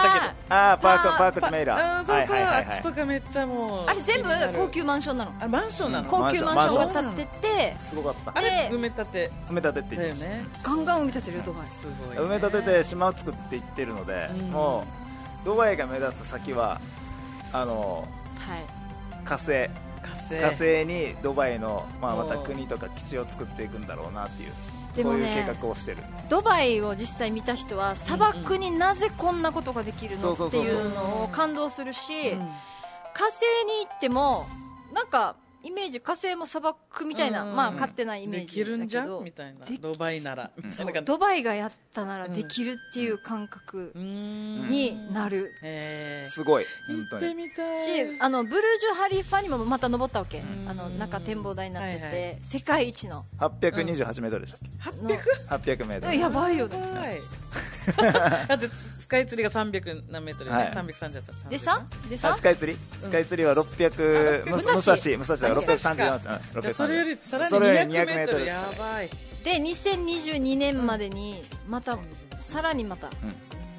ああーパーあークパークけどジメイパラうんそうそうはいはあいはいっちとかめっちゃもうあれ全部気になる高級マンションなのあマンションなのうん高級マンションが建っててすごかったあれで埋め立て埋め立てってだいよってねガンガン埋め立てるよドバイすごいね埋め立てて島を作っていってるのでうんもうドバイが目指す先はあのはい火星火星火星にドバイの、まあ、またおう国とか基地を作っていくんだろうなっていうでそもういねう計画をしてるドバイを実際見た人は砂漠になぜこんなことができるのそうそってうそういそううのを感動するし、うん火星に行ってもなんかイメージ火星も砂漠みたいな、うんまあ勝手なイメージできるんじゃんみいたいなできドバイならみたいなな感じドバイがやったならできるっていう感覚うーんになる、へーすごい行本っ当てにみたいしあのブルージュ・ハリファにもまた登ったわけ、んあの中展望台になってて、はいはい世界一の828メートルでしたっのけ800メートうんやルばいよねはいだってスカイツリーが300何メートルではい330だったでさであさスカイツリースカイツリーは600あむ武蔵武武蔵蔵だあ武蔵634うんじゃあそれよりさらにそれよ200りメ200ーメートトルルやばいで2022年までにまたさらにまた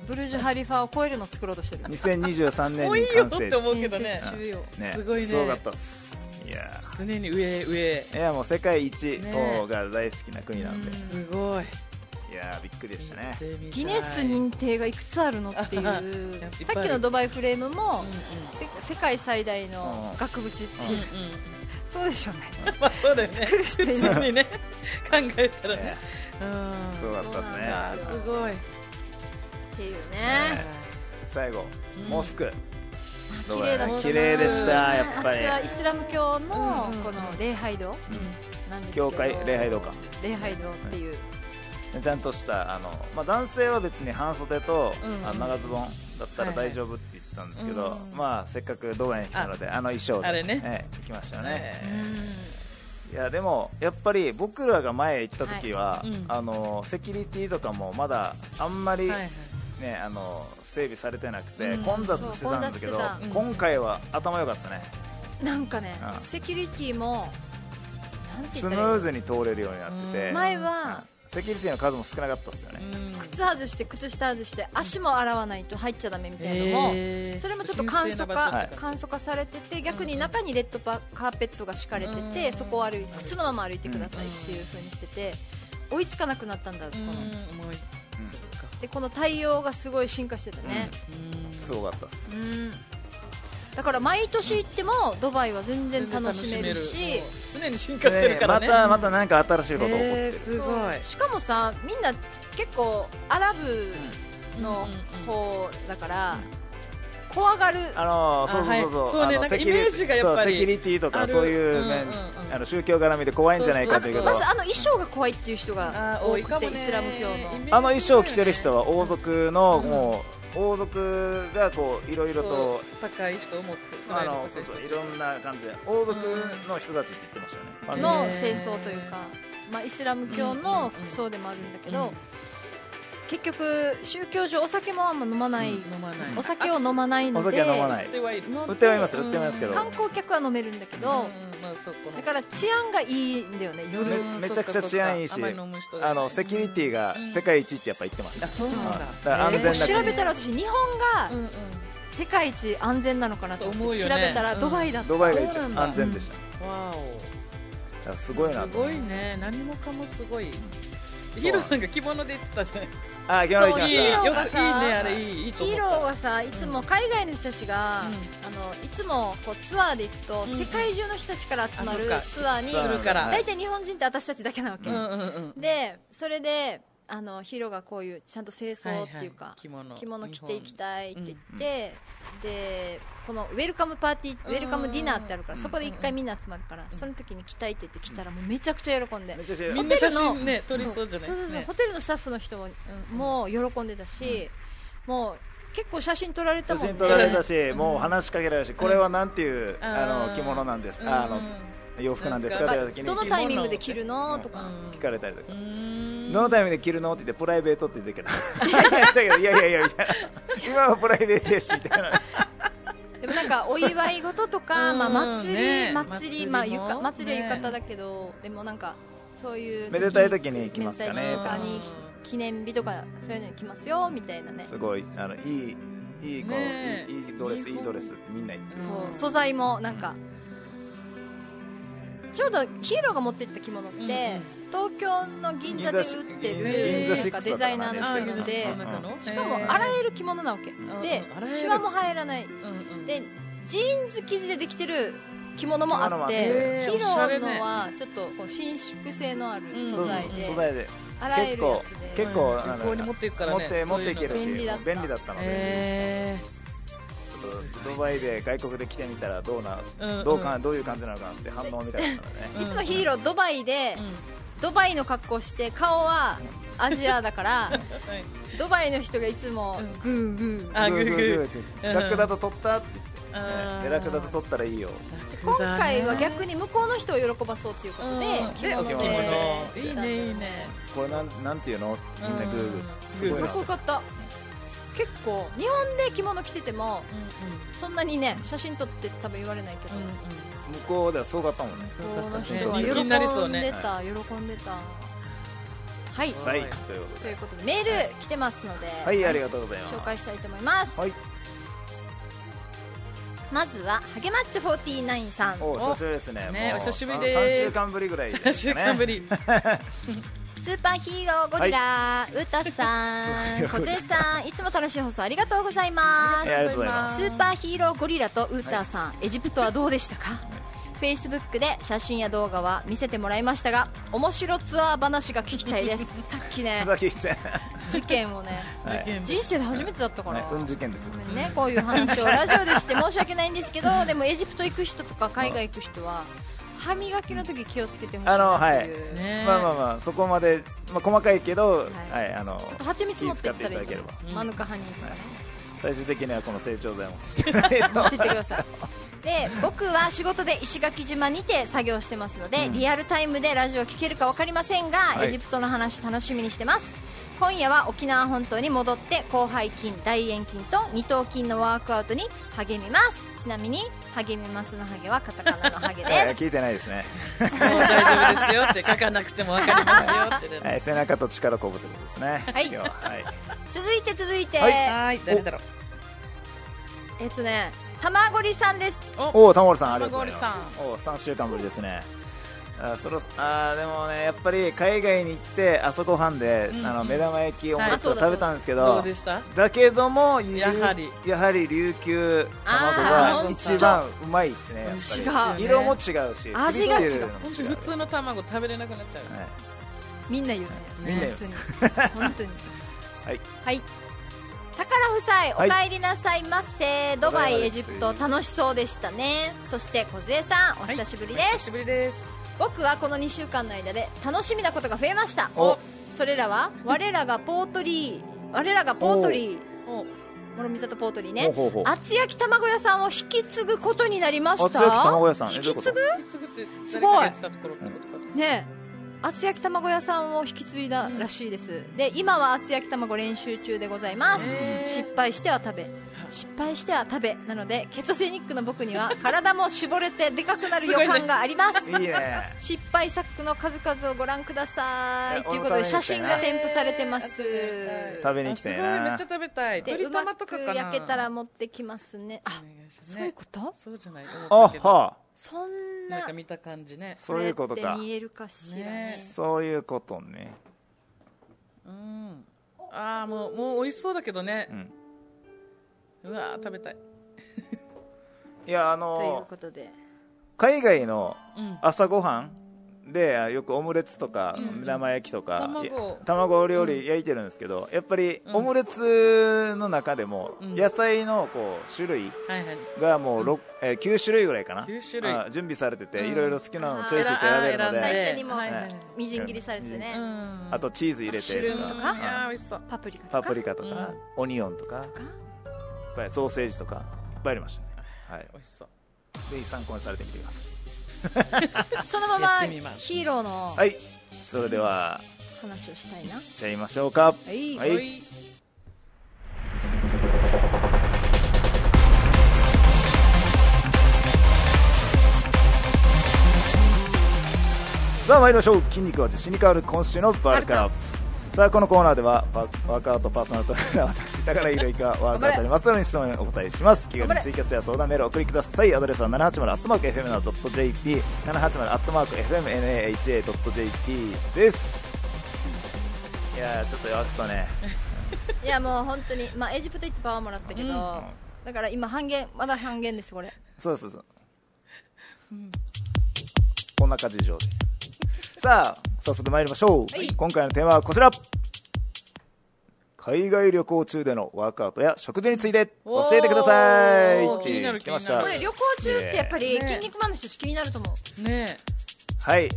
ブルジュ・ハリファを超えるの作ろうとしてる2023年もういにいよっ完成て思うけどね建設中よね [laughs] すごいねすごかったっすいや常に上上ーいやもう世界一ね党が大好きな国なんで、すごいいやーびっくりでしたねギネス認定がいくつあるのってい [laughs] いっぱいあうるさっきのドバイフレームも、うんうせ世界最大のうん額縁っていう、うんんうんそうでしょうねまあそうだよね普通してるにね考えたらねねうんすごかったですねあーすごいっていうねね最後うんモスク、どう綺麗だったな綺麗でしたやっぱりあちはイスラム教のうんうんこの礼拝堂なんですけど教会礼拝堂か礼拝堂っていう、ちゃんとしたあの、まあ、男性は別に半袖と、うんあ長ズボンだったらはいはい大丈夫って言ってたんですけど、うんまあ、せっかくドバイに来たのであの衣装であれねええ行きましたよね、ねいやでもやっぱり僕らが前行った時は、はいうんあのセキュリティとかもまだあんまり、はいはいね、あの整備されてなくて、うん混雑してたんですけどそう混雑してた今回は頭良かったね、なんかねああセキュリティもなんてス言っムたらいーいのズに通れるようになってて、うん前うんはセキュリティの数も少なかったですよね、うん靴外して靴下外して足も洗わないと入っちゃダメみたいなのも、えーそれもちょっと簡素神聖な場化所とか簡素化されてて逆に中にレッドパカーペットが敷かれてて、うんそこを歩いて靴のまま歩いてくださいっていう風にしてて追いつかなくなったんだこうの、んもううんそっかでこの対応がすごい進化してたね、うんすごかったです、うんだから毎年行ってもドバイは全然楽しめるし、常に進化してるからねねまたまた何か新しいことが起こってる、えーすごいそうしかもさみんな結構アラブの方だから、怖がるあのーそうそうそうそう,、あはいそうねあのなんかセキュリイメージがやっぱそうりセキュリティとあかるそういう面、うんうんうんあの宗教絡みで怖いんじゃないそかうとそいううけこどとまずあの衣装が怖いっていう人があー多多いくかてもイねスラム教の、あの衣装を着てる人はは王族のもう、王族がこういろいろと高い人を持ってあのそうそういろんな感じで王族の人たちって言ってましたよね、のへー清掃というか、まあ、イスラム教の服装でもあるんだけど、うんうん結局宗教上お酒もあんま飲まない、飲まないお酒を飲まないのでお酒は飲まないではいるので売ってはいます売ってはいますけど観光客は飲めるんだけど、うんまあそこのだから治安がいいんだよね夜めめちゃくちゃ治安いいあしまり飲む人がいないあのセキュリティが世界一ってやっぱ言ってます、あそうなんだだから安全だから調べたら私日本がうんうん世界一安全なのかなと思ってと思うよ調ねべたらドバイだった、ドバイが一そうな番んだ安全でした、わだからすおごいなとすごいね何もかもすごいヒーローなんか着物で言ってたじゃないあーギャラリー行きまそうしヒーたローよがくいいさねあれいいいいとヒ思っーたローはさいつも海外の人たちが、うんあのいつもこうツアーで行くと、うんうん世界中の人たちから集まるあそっかツアーにツアー来るから大体日本人って私たちだけなわけ、うんうんうんでそれであのヒーローがこういうちゃんと清掃っていうか、はいはい着物着物着ていきたいって言って、でこのウェルカムパーティーウェルカムディナーってあるから、うんそこで一回みんな集まるから、その時に着たいって言って着たらもうめちゃくちゃ喜んで、めちゃくちゃみんな写真ね撮りそうじゃないそうそうそうねホテルのスタッフの人も,、もう喜んでたし、もう結構写真撮られた写もんね真撮られたし、もう話しかけられるし、これはなんていう、あの着物なんです、あうんの洋服なんですかなとんいですう時かにどの聞タイミングで着るのとか、かれたりとか、うーんどのタイミングで着るのって言って、プライベートって言ってたけど、だけどいやいやいや、みたいな、今はプライベートやし、みたいな、でもなんかお祝い事とか、うんまあ、祭り、ね祭祭りり、もまあ、ゆか祭りは浴ね衣だけど、でもなんかそういうめでたい時に着ますかねめでたいうん時とかに記念日とかそういうのに着ますよみたいなねすごい、あのいい、いい、こねういえいいいドレス、いいドレスってみんな言ってる、そう素材もなんかちょうどヒーローが持って行った着物って、うんうん東京の銀座で売って銀る座なシッんかクスデザイナーだのからあね銀座シック人なのでスの中のしかもへーあらゆる着物なわけんでうんあらゆるシワも入らないうんうんでジーンズ生地でできてる着物も着物あっもあっててへーヒーロおしゃーれのねはちょっとこう伸縮性のあるうん素材で素材で、あらゆ結るや構、つで結構、うんあ旅行に持っていくからね持って持っていけるし、そういうの便利だったので。へちょっとドバイで外国で来てみたらどうな、うんうんどうかどういう感じなのかなって反応みたいなのがね構いつもヒーロードバイでーうんドバイの格好して顔はアジアだから [laughs] はいドバイの人がいつもグーグーあグーグーーって言ってラクダと取ったって言ってあーね、ラクダと取ったらいいよ今回は逆に向こうの人を喜ばそうっていうことでうん着物ででいいねいいねこれなんなんていうのみんなグーグーすごいかなっこよかった結構日本で着物着ててもうんうんそんなにね写真撮ってって多分言われないけど、向こうではすごかったもんねこのそう人だはね喜人気んになりそうでねた、喜んでたはいださいということとでいうことでメール来てますので、はいありがとうございます紹介したいと思います、はいまずはハゲマッチョ49さんおお久しぶりですねねもうお久しぶりです3週間ぶりぐらいですかね3週間 [laughs] ぶりスーパーヒーローゴリラ、うたさん、小手さん、いつも楽しい放送ありがとうございます。えーありがとうございますスーパーヒーローゴリラとウーターさん、エジプトはどうでしたか Facebook で写真や動画は見せてもらいましたが面白ツアー話が聞きた [laughs] いですさっきね崎さん事件をねはいね人生で初めてだったから、運事件ですごめんねこういう話をラジオで [laughs] して申し訳ないんですけどでもエジプト行く人とか海外行く人は歯磨きの時気をつけてほしいあのなって、はいいうねまあまあまあそこまでまあ細かいけどいはいあのあと蜂蜜持ってったらいい気と遣思っていただうマヌカハニーとかね最終的にはこの成長剤も持ってないと [laughs] 持ってってくださいで僕は仕事で石垣島にて作業してますので、リアルタイムでラジオ聞けるか分かりませんが、はいエジプトの話楽しみにしてます今夜は沖縄本島に戻って広背筋大円筋と二頭筋のワークアウトに励みますちなみに励みますのハゲはカタカナのハゲはいです聞いてないですねもう大丈夫ですよって書かなくてもわかりますよってはねい背中と力こぶってことですねはい今日ははい続いて続いて、はいはい誰だろうえっとね玉ごりさんですおおタモリさんありがとうございまタモすおお3週間ぶりですねあそろあーでもねやっぱり海外に行って朝ごはんで、うんうんあの目玉焼きをはいあそうだ食べたんですけど、どうでしただけどもやはりやはり琉球あー卵ほがんと一番うまいですねやっ違ぱうり色も違うし味が違う切り切本れる当のも違にう普通の卵食べれなくなっちゃうはいみんな言うねみんな言う本当に本当にはいはい宝夫妻、はいお帰りなさいませ、ドバイエジプト楽しそうでしたねそして梢さんお久しぶりではいお久す、しぶりです僕はこの2週間の間で楽しみなことが増えましたおそれらは我らがポートリー我らがポートリーを諸見里ポートリーねほうほうほう厚焼き卵屋さんを引き継ぐことになりました厚焼き卵屋さんえ引どういうきこと継ぐすぐってす誰ごいかがやってたところってことかねえ厚焼き卵屋さんを引き継いだらしいです、で今は厚焼き卵練習中でございますへえ失敗しては食べ失敗しては食べなのでケトジェニックの僕には体も絞れてでかくなる予感があります [laughs] いいね失敗作の数々をご覧くださいやいということ俺でも食べに行きたいな写真が添付されてます食べに来たよなあすごいめっちゃ食べたいで鶏うま玉とくかかな焼けたら持ってきますねあお願いしますそねういうことそうじゃないあ思ったけどはそんなんなか見た感じねそういうことこれっかて見えるかしらねねそういうことねうんああもうもう美味しそうだけどねうんうわー食べたいいやあというのことで海外のうん朝ごはんでよくオムレツとかうん目玉焼きとか、卵いや卵料理焼いてるんですけど、やっぱりうんオムレツの中でもうん野菜のこう種類はいはいがもう、六えー9種類ぐらいかな9種類あ準備されてて、うんいろいろ好きなのチョイスして選べるのあー選んでで最初にもはいはいはいみじん切りされててね、うんあとチーズ入れてマッシュルームとかうんいやー美味しそうパプリカとかパプリカとか、オニオンとかいっかぱいソーセージとかいっぱいありましたね、はい、美味しそうぜひ参考にされてみてくださいそのままやってみますヒーローのはいそれでは話をしたいな、いっちゃいましょうかいはいいさあ参りましょう筋肉は自信に変わる今週のバルカラさあこのコーナーではバワークアウトパーソナルトレーナー [laughs] 私高原宏之がワークアウトにまつわる質問にお答えします気軽にツイキャスや相談メールをお送りくださいアドレスは 780-fmna.jp780-fmnaha.jp ですいやーちょっと弱くとねいやもう本当にまあエジプト行ってパワーもらったけど、だから今半減まだ半減ですこれそうそうそう、こんな感じ以上でさあ早速参りましょう、はい今回のテーマはこちら海外旅行中でのワークアウトや食事について教えてくださいおーって気になる来まし気にたなるこれ旅行中ってやっぱりね筋肉マンの人気になると思うねはい意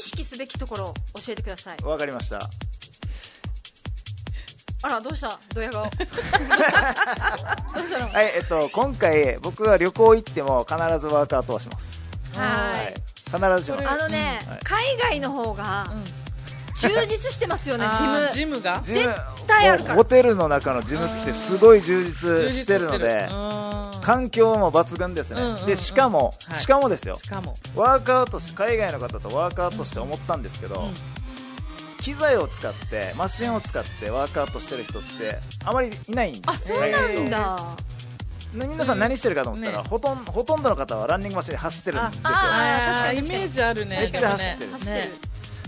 識すべきところを教えてくださいわかりましたあらどうしたドヤ [laughs] 顔どうしたのはいえっと今回僕は旅行行っても必ずワークアウトはしますはい必ずしますあのね、うんはい海外の方がうん充実してますよねジあムージムがジム絶対あるからホテルの中のジムってすごい充実してるの充実しでてるうん環境も抜群ですね、うんうんうんでしかも、はいしかもですよしかもワークアウトし海外の方とワークアウトして思ったんですけど、うん機材を使ってマシンを使ってワークアウトしてる人ってあまりいないんですあそうなんだ、ね皆さん何してるかと思ったら、ねほとんほとんどの方はランニングマシンで走ってるんですよあー確かにイ確かにメージあるねめっちゃ走ってる走ってる、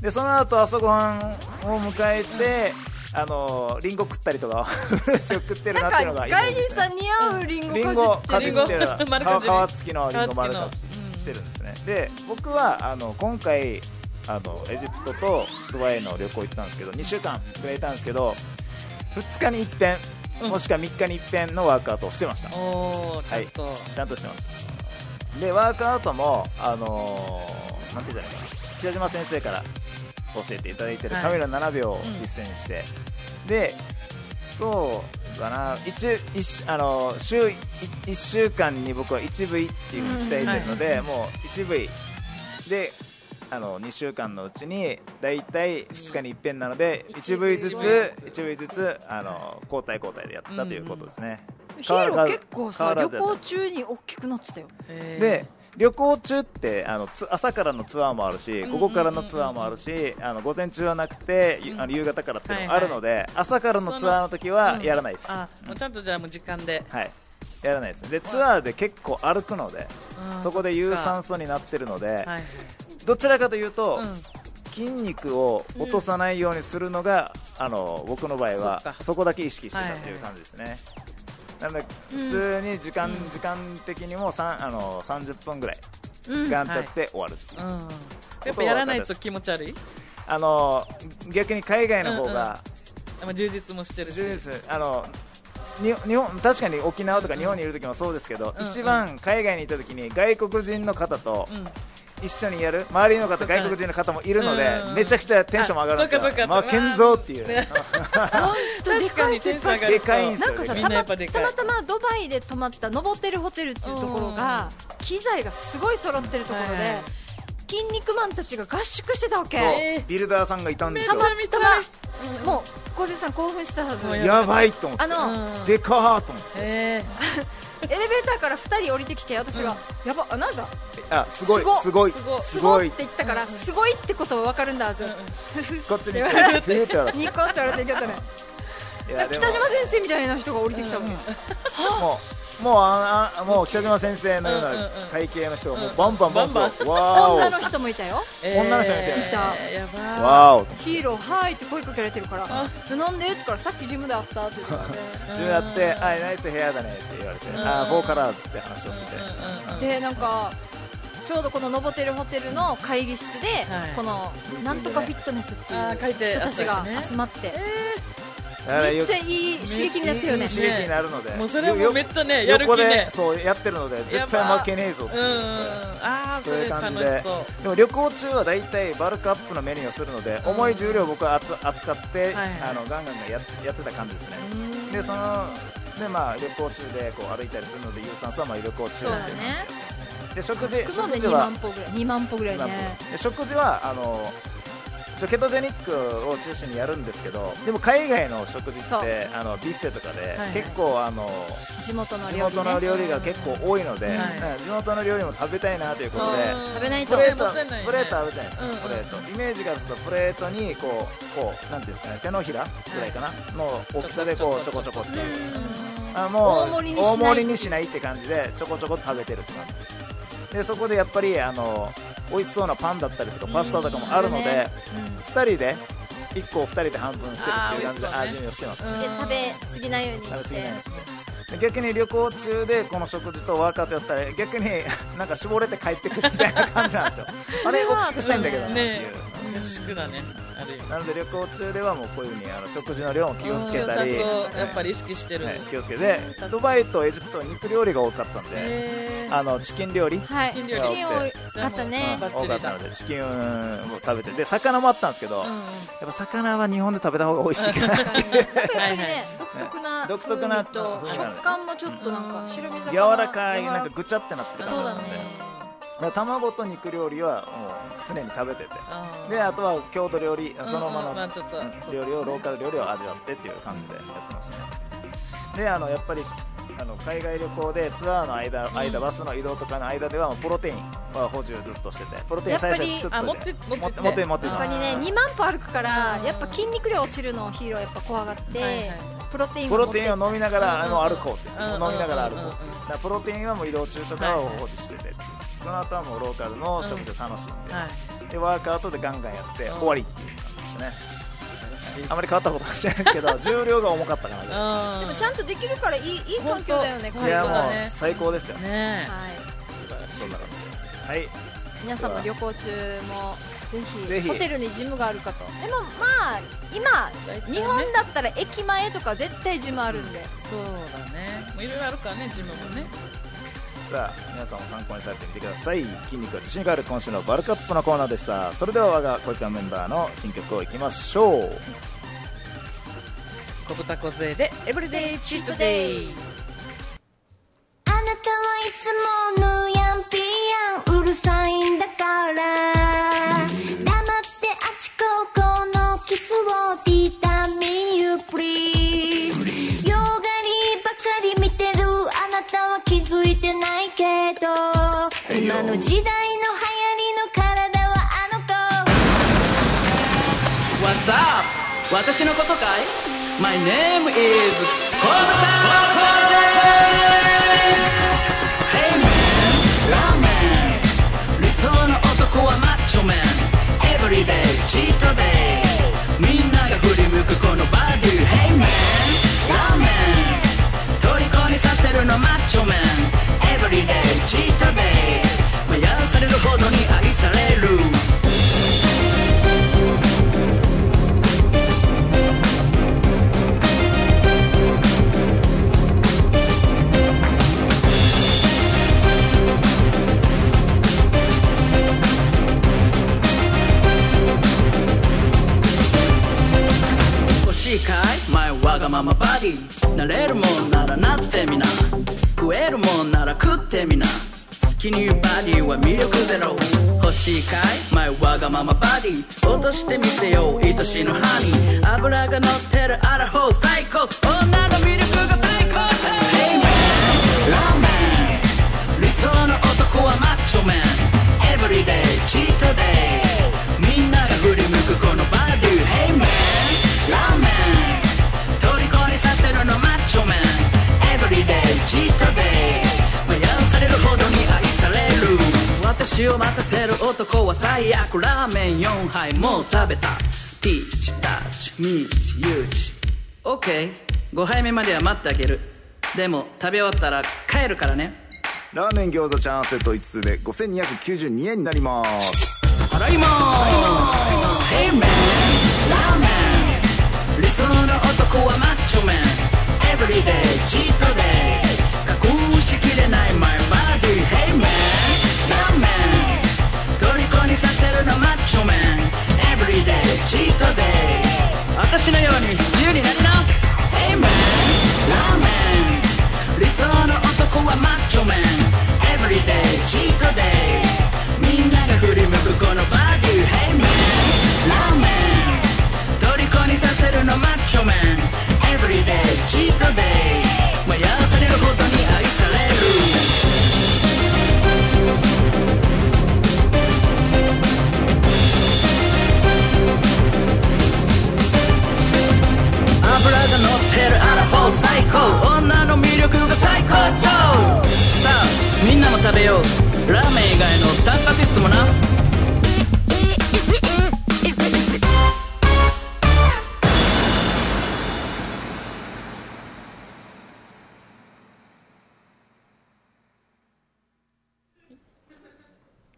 でその後朝ごはんを迎えて、あのーリンゴ食ったりとかフルーツを食ってるなっていうのが外人さん似合うリンリンゴゴかかじじっってるてる丸皮かじり皮付きのリンゴ丸かじ皮付きのうんしてるんですねで僕はあの今回あのエジプトとドバイの旅行行ったんですけど2週間くらいいたんですけど2日に一遍うんもしくは3日に一遍のワークアウトをしてました、おおーちゃんと、ちゃんとしてましたでワークアウトもあのーなんて言ったらいいのかな北島先生から教えていただいてるはいカメラ7秒をうん実践して、でそうだな一一あのー週1週間に僕は1部位っていうふうに鍛えてるので、もう1部位であの2週間のうちに大体2日に一遍なので1部位ずつ1部位ずつあのー交代交代でやったということですね、ヒーロー結構変わさら旅ずやった行中に大きくなってたよえーで旅行中ってあのつ朝からのツアーもあるし午後からのツアーもあるしあの午前中はなくて、ゆあの夕方からっていうのもあるので、朝からのツアーの時はやらないです、あもうちゃんとじゃあもう時間で、はいやらないですでツアーで結構歩くのでうんそこで有酸そ素になってるので、っかはいどちらかというと、うん筋肉を落とさないようにするのが、あの僕の場合はそっかそこだけ意識してたっていう感じですね、なので普通に時間、時間的にもさんあの30分ぐらい時間経って終わるっていう、うんやっぱやらないと気持ち悪いあの逆に海外の方がまあ充実もしてるし充実する、あのに日本確かに沖縄とか日本にいる時もそうですけど、うん一番海外にいた時に外国人の方とうん一緒にやる周りの方そうか外国人の方もいるので、うんめちゃくちゃテンションも上がるんですよあそうかそうかまあ、健三っていう、ねで確かかいにでテンかいション上がりでかいんですなよんかさみたんなやまっぱでかたいまたまドバイで泊まった登ってるホテルっていうところが機材がすごい揃ってるところはいはでい筋肉マンたちが合宿してたわけそうえービルダーさんがいたんですたよまたまもう昴生さん興奮したはずもうやエレっベやばいと思ってあのうんでかーと思ってえーターから2人降りてきて私がやばあなんだあすごいすすごいすごいすすごごいっいて言ったからすごいってことは分かるんだはずんうんこっちに来てくれたらいニコって笑っていけたねやで北も島先生みたいな人が降りてきたもんもうもうああもう北島先生のよううんうんなうん体型の人がもうバンバンバンバンバンバわ女のー人もいたよー女の人みたいなえーやばおわーーおヒーローはいって声かけられてるからでなんでって言ったらさっきジムで会ったって言ったからね自分やって「あナイス部屋だね」って言われて「あフォーカラーズ」って話をしててでなんかちょうどこのノボテルホテルの会議室で、はいこのなんとかフィットネスってあー書いいてう人たちあがったよね集まって、だからめっよちゃいい刺激になってるよいねい刺激になるのでもうそれはもうめっちゃねよやる横気でねそうやってるのでや絶ば対負けねえぞってうんいううんああそそういれう楽感しじそうででも旅行中は大体バルクアップのメニューをするので重い重量を僕は扱扱ってはいはいあのガンガンややってた感じですねでそのでまあ旅行中でこう歩いたりするので有酸素はまあ旅行中っていそううだ感ねじで食事雲で食事2は万歩ぐらい2万歩ぐらい今ねで食事はあのちょケトジェニックを中心にやるんですけどでも海外の食事そっうてあのビュッフェとかで、はい結構あの地元の地料理、ね、元の料理が結構多いので、いうん地元の料理も食べたいなということそうで食べないプとレーもったいないトねプレートあるじゃないですか、うんうんプレートイメージがするとプレートにこうこうなんていうんですかね手のひらぐらいかな、の大きさでこうちちょこょこちちょょここっていうあもう大盛りにしない大盛りにしないって感じでちょこちょこ食べてるって感じでそこでやっぱりあの美味しそうなパンだったりとかパスタとかもあるのうんあるで、二2人で1個を2人で半分してるっていう感じであー美味味しそうね見をしてます、うんで食べ過ぎないように食べし過ぎてないようにして逆に旅行中でこの食事とワークアウトやったら逆に [laughs] なんか絞れて帰ってくるみたいな感じなんですよ [laughs] あれ大きくしたいんだけどなっていう、ね合宿だねある意味なので旅行中ではもうこういうふうにあの食事の量も気をつけたり、うんちゃんとやっぱり意識してるはい気をつけてドバイとエジプトは肉料理が多かったんで、えーあのチキン料理、はいチチキキンン料理多かったねバッチ多リかだったのでチキンを食べてで魚もあったんですけど、うんやっぱ魚は日本で食べた方が美味しいからなんかやっぱりはいはね独特な独特な風味と風味がある食感もちょっとなんか白身魚 [laughs] 柔らかい柔らなんかぐちゃってなってるそうだ感ねじなんでで卵と肉料理はもう常に食べててあーであとは郷土料理そのままうんうんまあのちょっとうん料理をローカル料理を味わってっていう感じでやってましたねであのやっぱりあの海外旅行でツアーの間間バスの移動とかの間ではもうプロテインは補充ずっとしててプロテイン最初に作っあ持っといてて持ってって持って持ってやっぱりね2万歩歩くからやっぱ筋肉量落ちるのをヒーローやっぱ怖がって、はいはいプロテインプもロ持ってテインを飲みながらあの歩こうってうん飲みながら歩こううだんからプロテインはもう移動中とかを放置しててその後はもうローカルの食事を楽しんはいででワークアウトでガンガンやってうん終わりっていう感じでしたね素晴あまり変わったことはしてないですけ [laughs] ど重量が重かったかならしいでもちゃんとできるからいいいい環境だよ本ね当こんいれやはもい、本当だねう最高ですよねそんな感じですはい皆さんも旅行中もぜひぜひホテルにジムがあるかとでもまあ大体ね今日本だったら駅前とか絶対ジムあるんで、えそうだねもういろいろあるからねジムもねさあ皆さんも参考にされてみてください筋肉は自信がある今週のバルカップのコーナーでしたそれでは我が小池メンバーの新曲をいきましょう小豚小杖でエブリデイチートデイあなたはいつもぬやんぴやんうるさいんだから黙ってあちこちのキスをディタミユプリーズ洋がりばかり見てるあなたは気づいてないけど今の時代の流行りの体はあの子 What's up? 私のことかい ?My name is コブタコブタ Hey man, raw man 理想の男はマッチョ man Everyday, cheat day みんなが振り向くこのバディ Hey man, raw man 虜にさせるのマッチョ man Everyday, cheat day 迷わされるほどに愛される欲しいかい前わがままバディなれるもんならなってみな食えるもんなら食ってみな好きにバディは魅力ゼロ欲しいかい前わがままバディ落としてみせよう愛しのハニー脂が乗ってるアラフォー最高女の魅力が最高だ Hey man ラーメン理想の男はマッチョ man Everyday チートデイみんなが振り向くこのバディ Hey man ラーメン虜にさせるのマッチョ man Everyday チートデイ迷わされるほどに愛される私を待たせる男は最悪ラーメン4杯もう食べたティーチタッチミーチユーチ OK5 杯目までは待ってあげるでも食べ終わったら帰るからねラーメン餃子チャーハンセット5つで5292円になります払いまーす Hey man ラーメン理想の男はマッチョ man Everyday チートデイ隠しきれない my body Hey man ラーメン虜にさせるのマッチョ man Everyday チートデイ私のように自由になりな Hey man ラーメン理想の男はマッチョ man Everyday チートデイみんなが振り向くこのバディ Hey man ラーメン虜にさせるのマッチョ man Everyday チートデイ迷わされるほどに愛される脂が乗ってるアラフォー最高女の魅力が最高潮さあみんなも食べようラーメン以外のタンパク質もな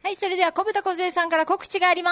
はいそれでは小豚小杖さんから告知がありま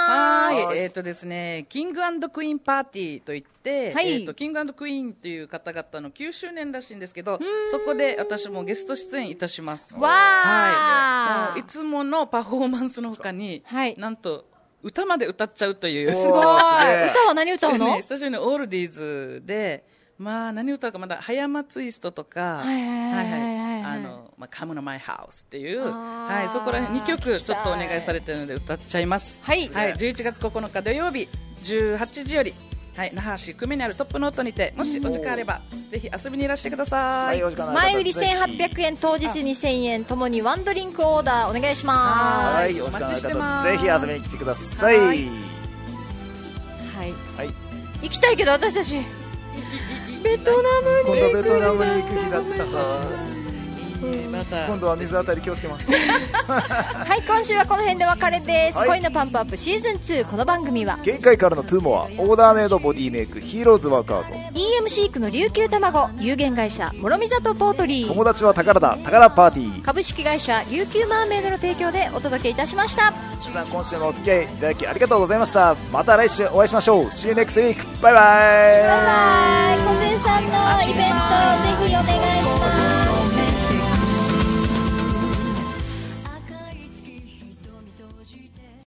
はすい、えっ、とですね、キングクイーンパーティーといって、はいえーとキングクイーンという方々の9周年らしいんですけど、そこで私もゲスト出演いたします。わーはいあのいつものパフォーマンスの他に、はいなんと歌まで歌っちゃうという。すごい歌おーすげえは何歌うのねスタジオにオールディーズで、まあ、何歌うかまだ、早間ツイストとか、はいはいはいはいはいあの、まあ、カムのマイハウスっていう、あーはい、そこら辺2曲ちょっとお願いされてるので歌っちゃいます。はい11月9日土曜日、18時より、はい、那覇市久米にあるトップノートにてもしお時間あればぜひ遊びにいらしてくださ、はいい、お時間のある方前売りぜひ1800円当日2000円ともにワンドリンクオーダーお願いしまはい、お時間お待ちしてのあまるす方、ぜひ遊びに来てください。ははいい、すはいはい行きたいけど私たちベトナム今度ベトナムに行く日だったか。いいねまた今度は水あたり気をつけます。はい今週はこの辺でお別れです、はい恋のパンプアップシーズン2この番組は限界からのトゥーモア、オーダーメイドボディメイク、ヒーローズワークアウト。 EM シークの琉球卵有限会社諸見里ポートリー友達は宝だ、宝パーティー。株式会社琉球マーメイドの提供でお届けいたしました皆さん、今週もお付き合いいただきありがとうございました。また来週お会いしましょう。See you next week. バイバイ。バイバイ小泉さんのイベントぜひお願いし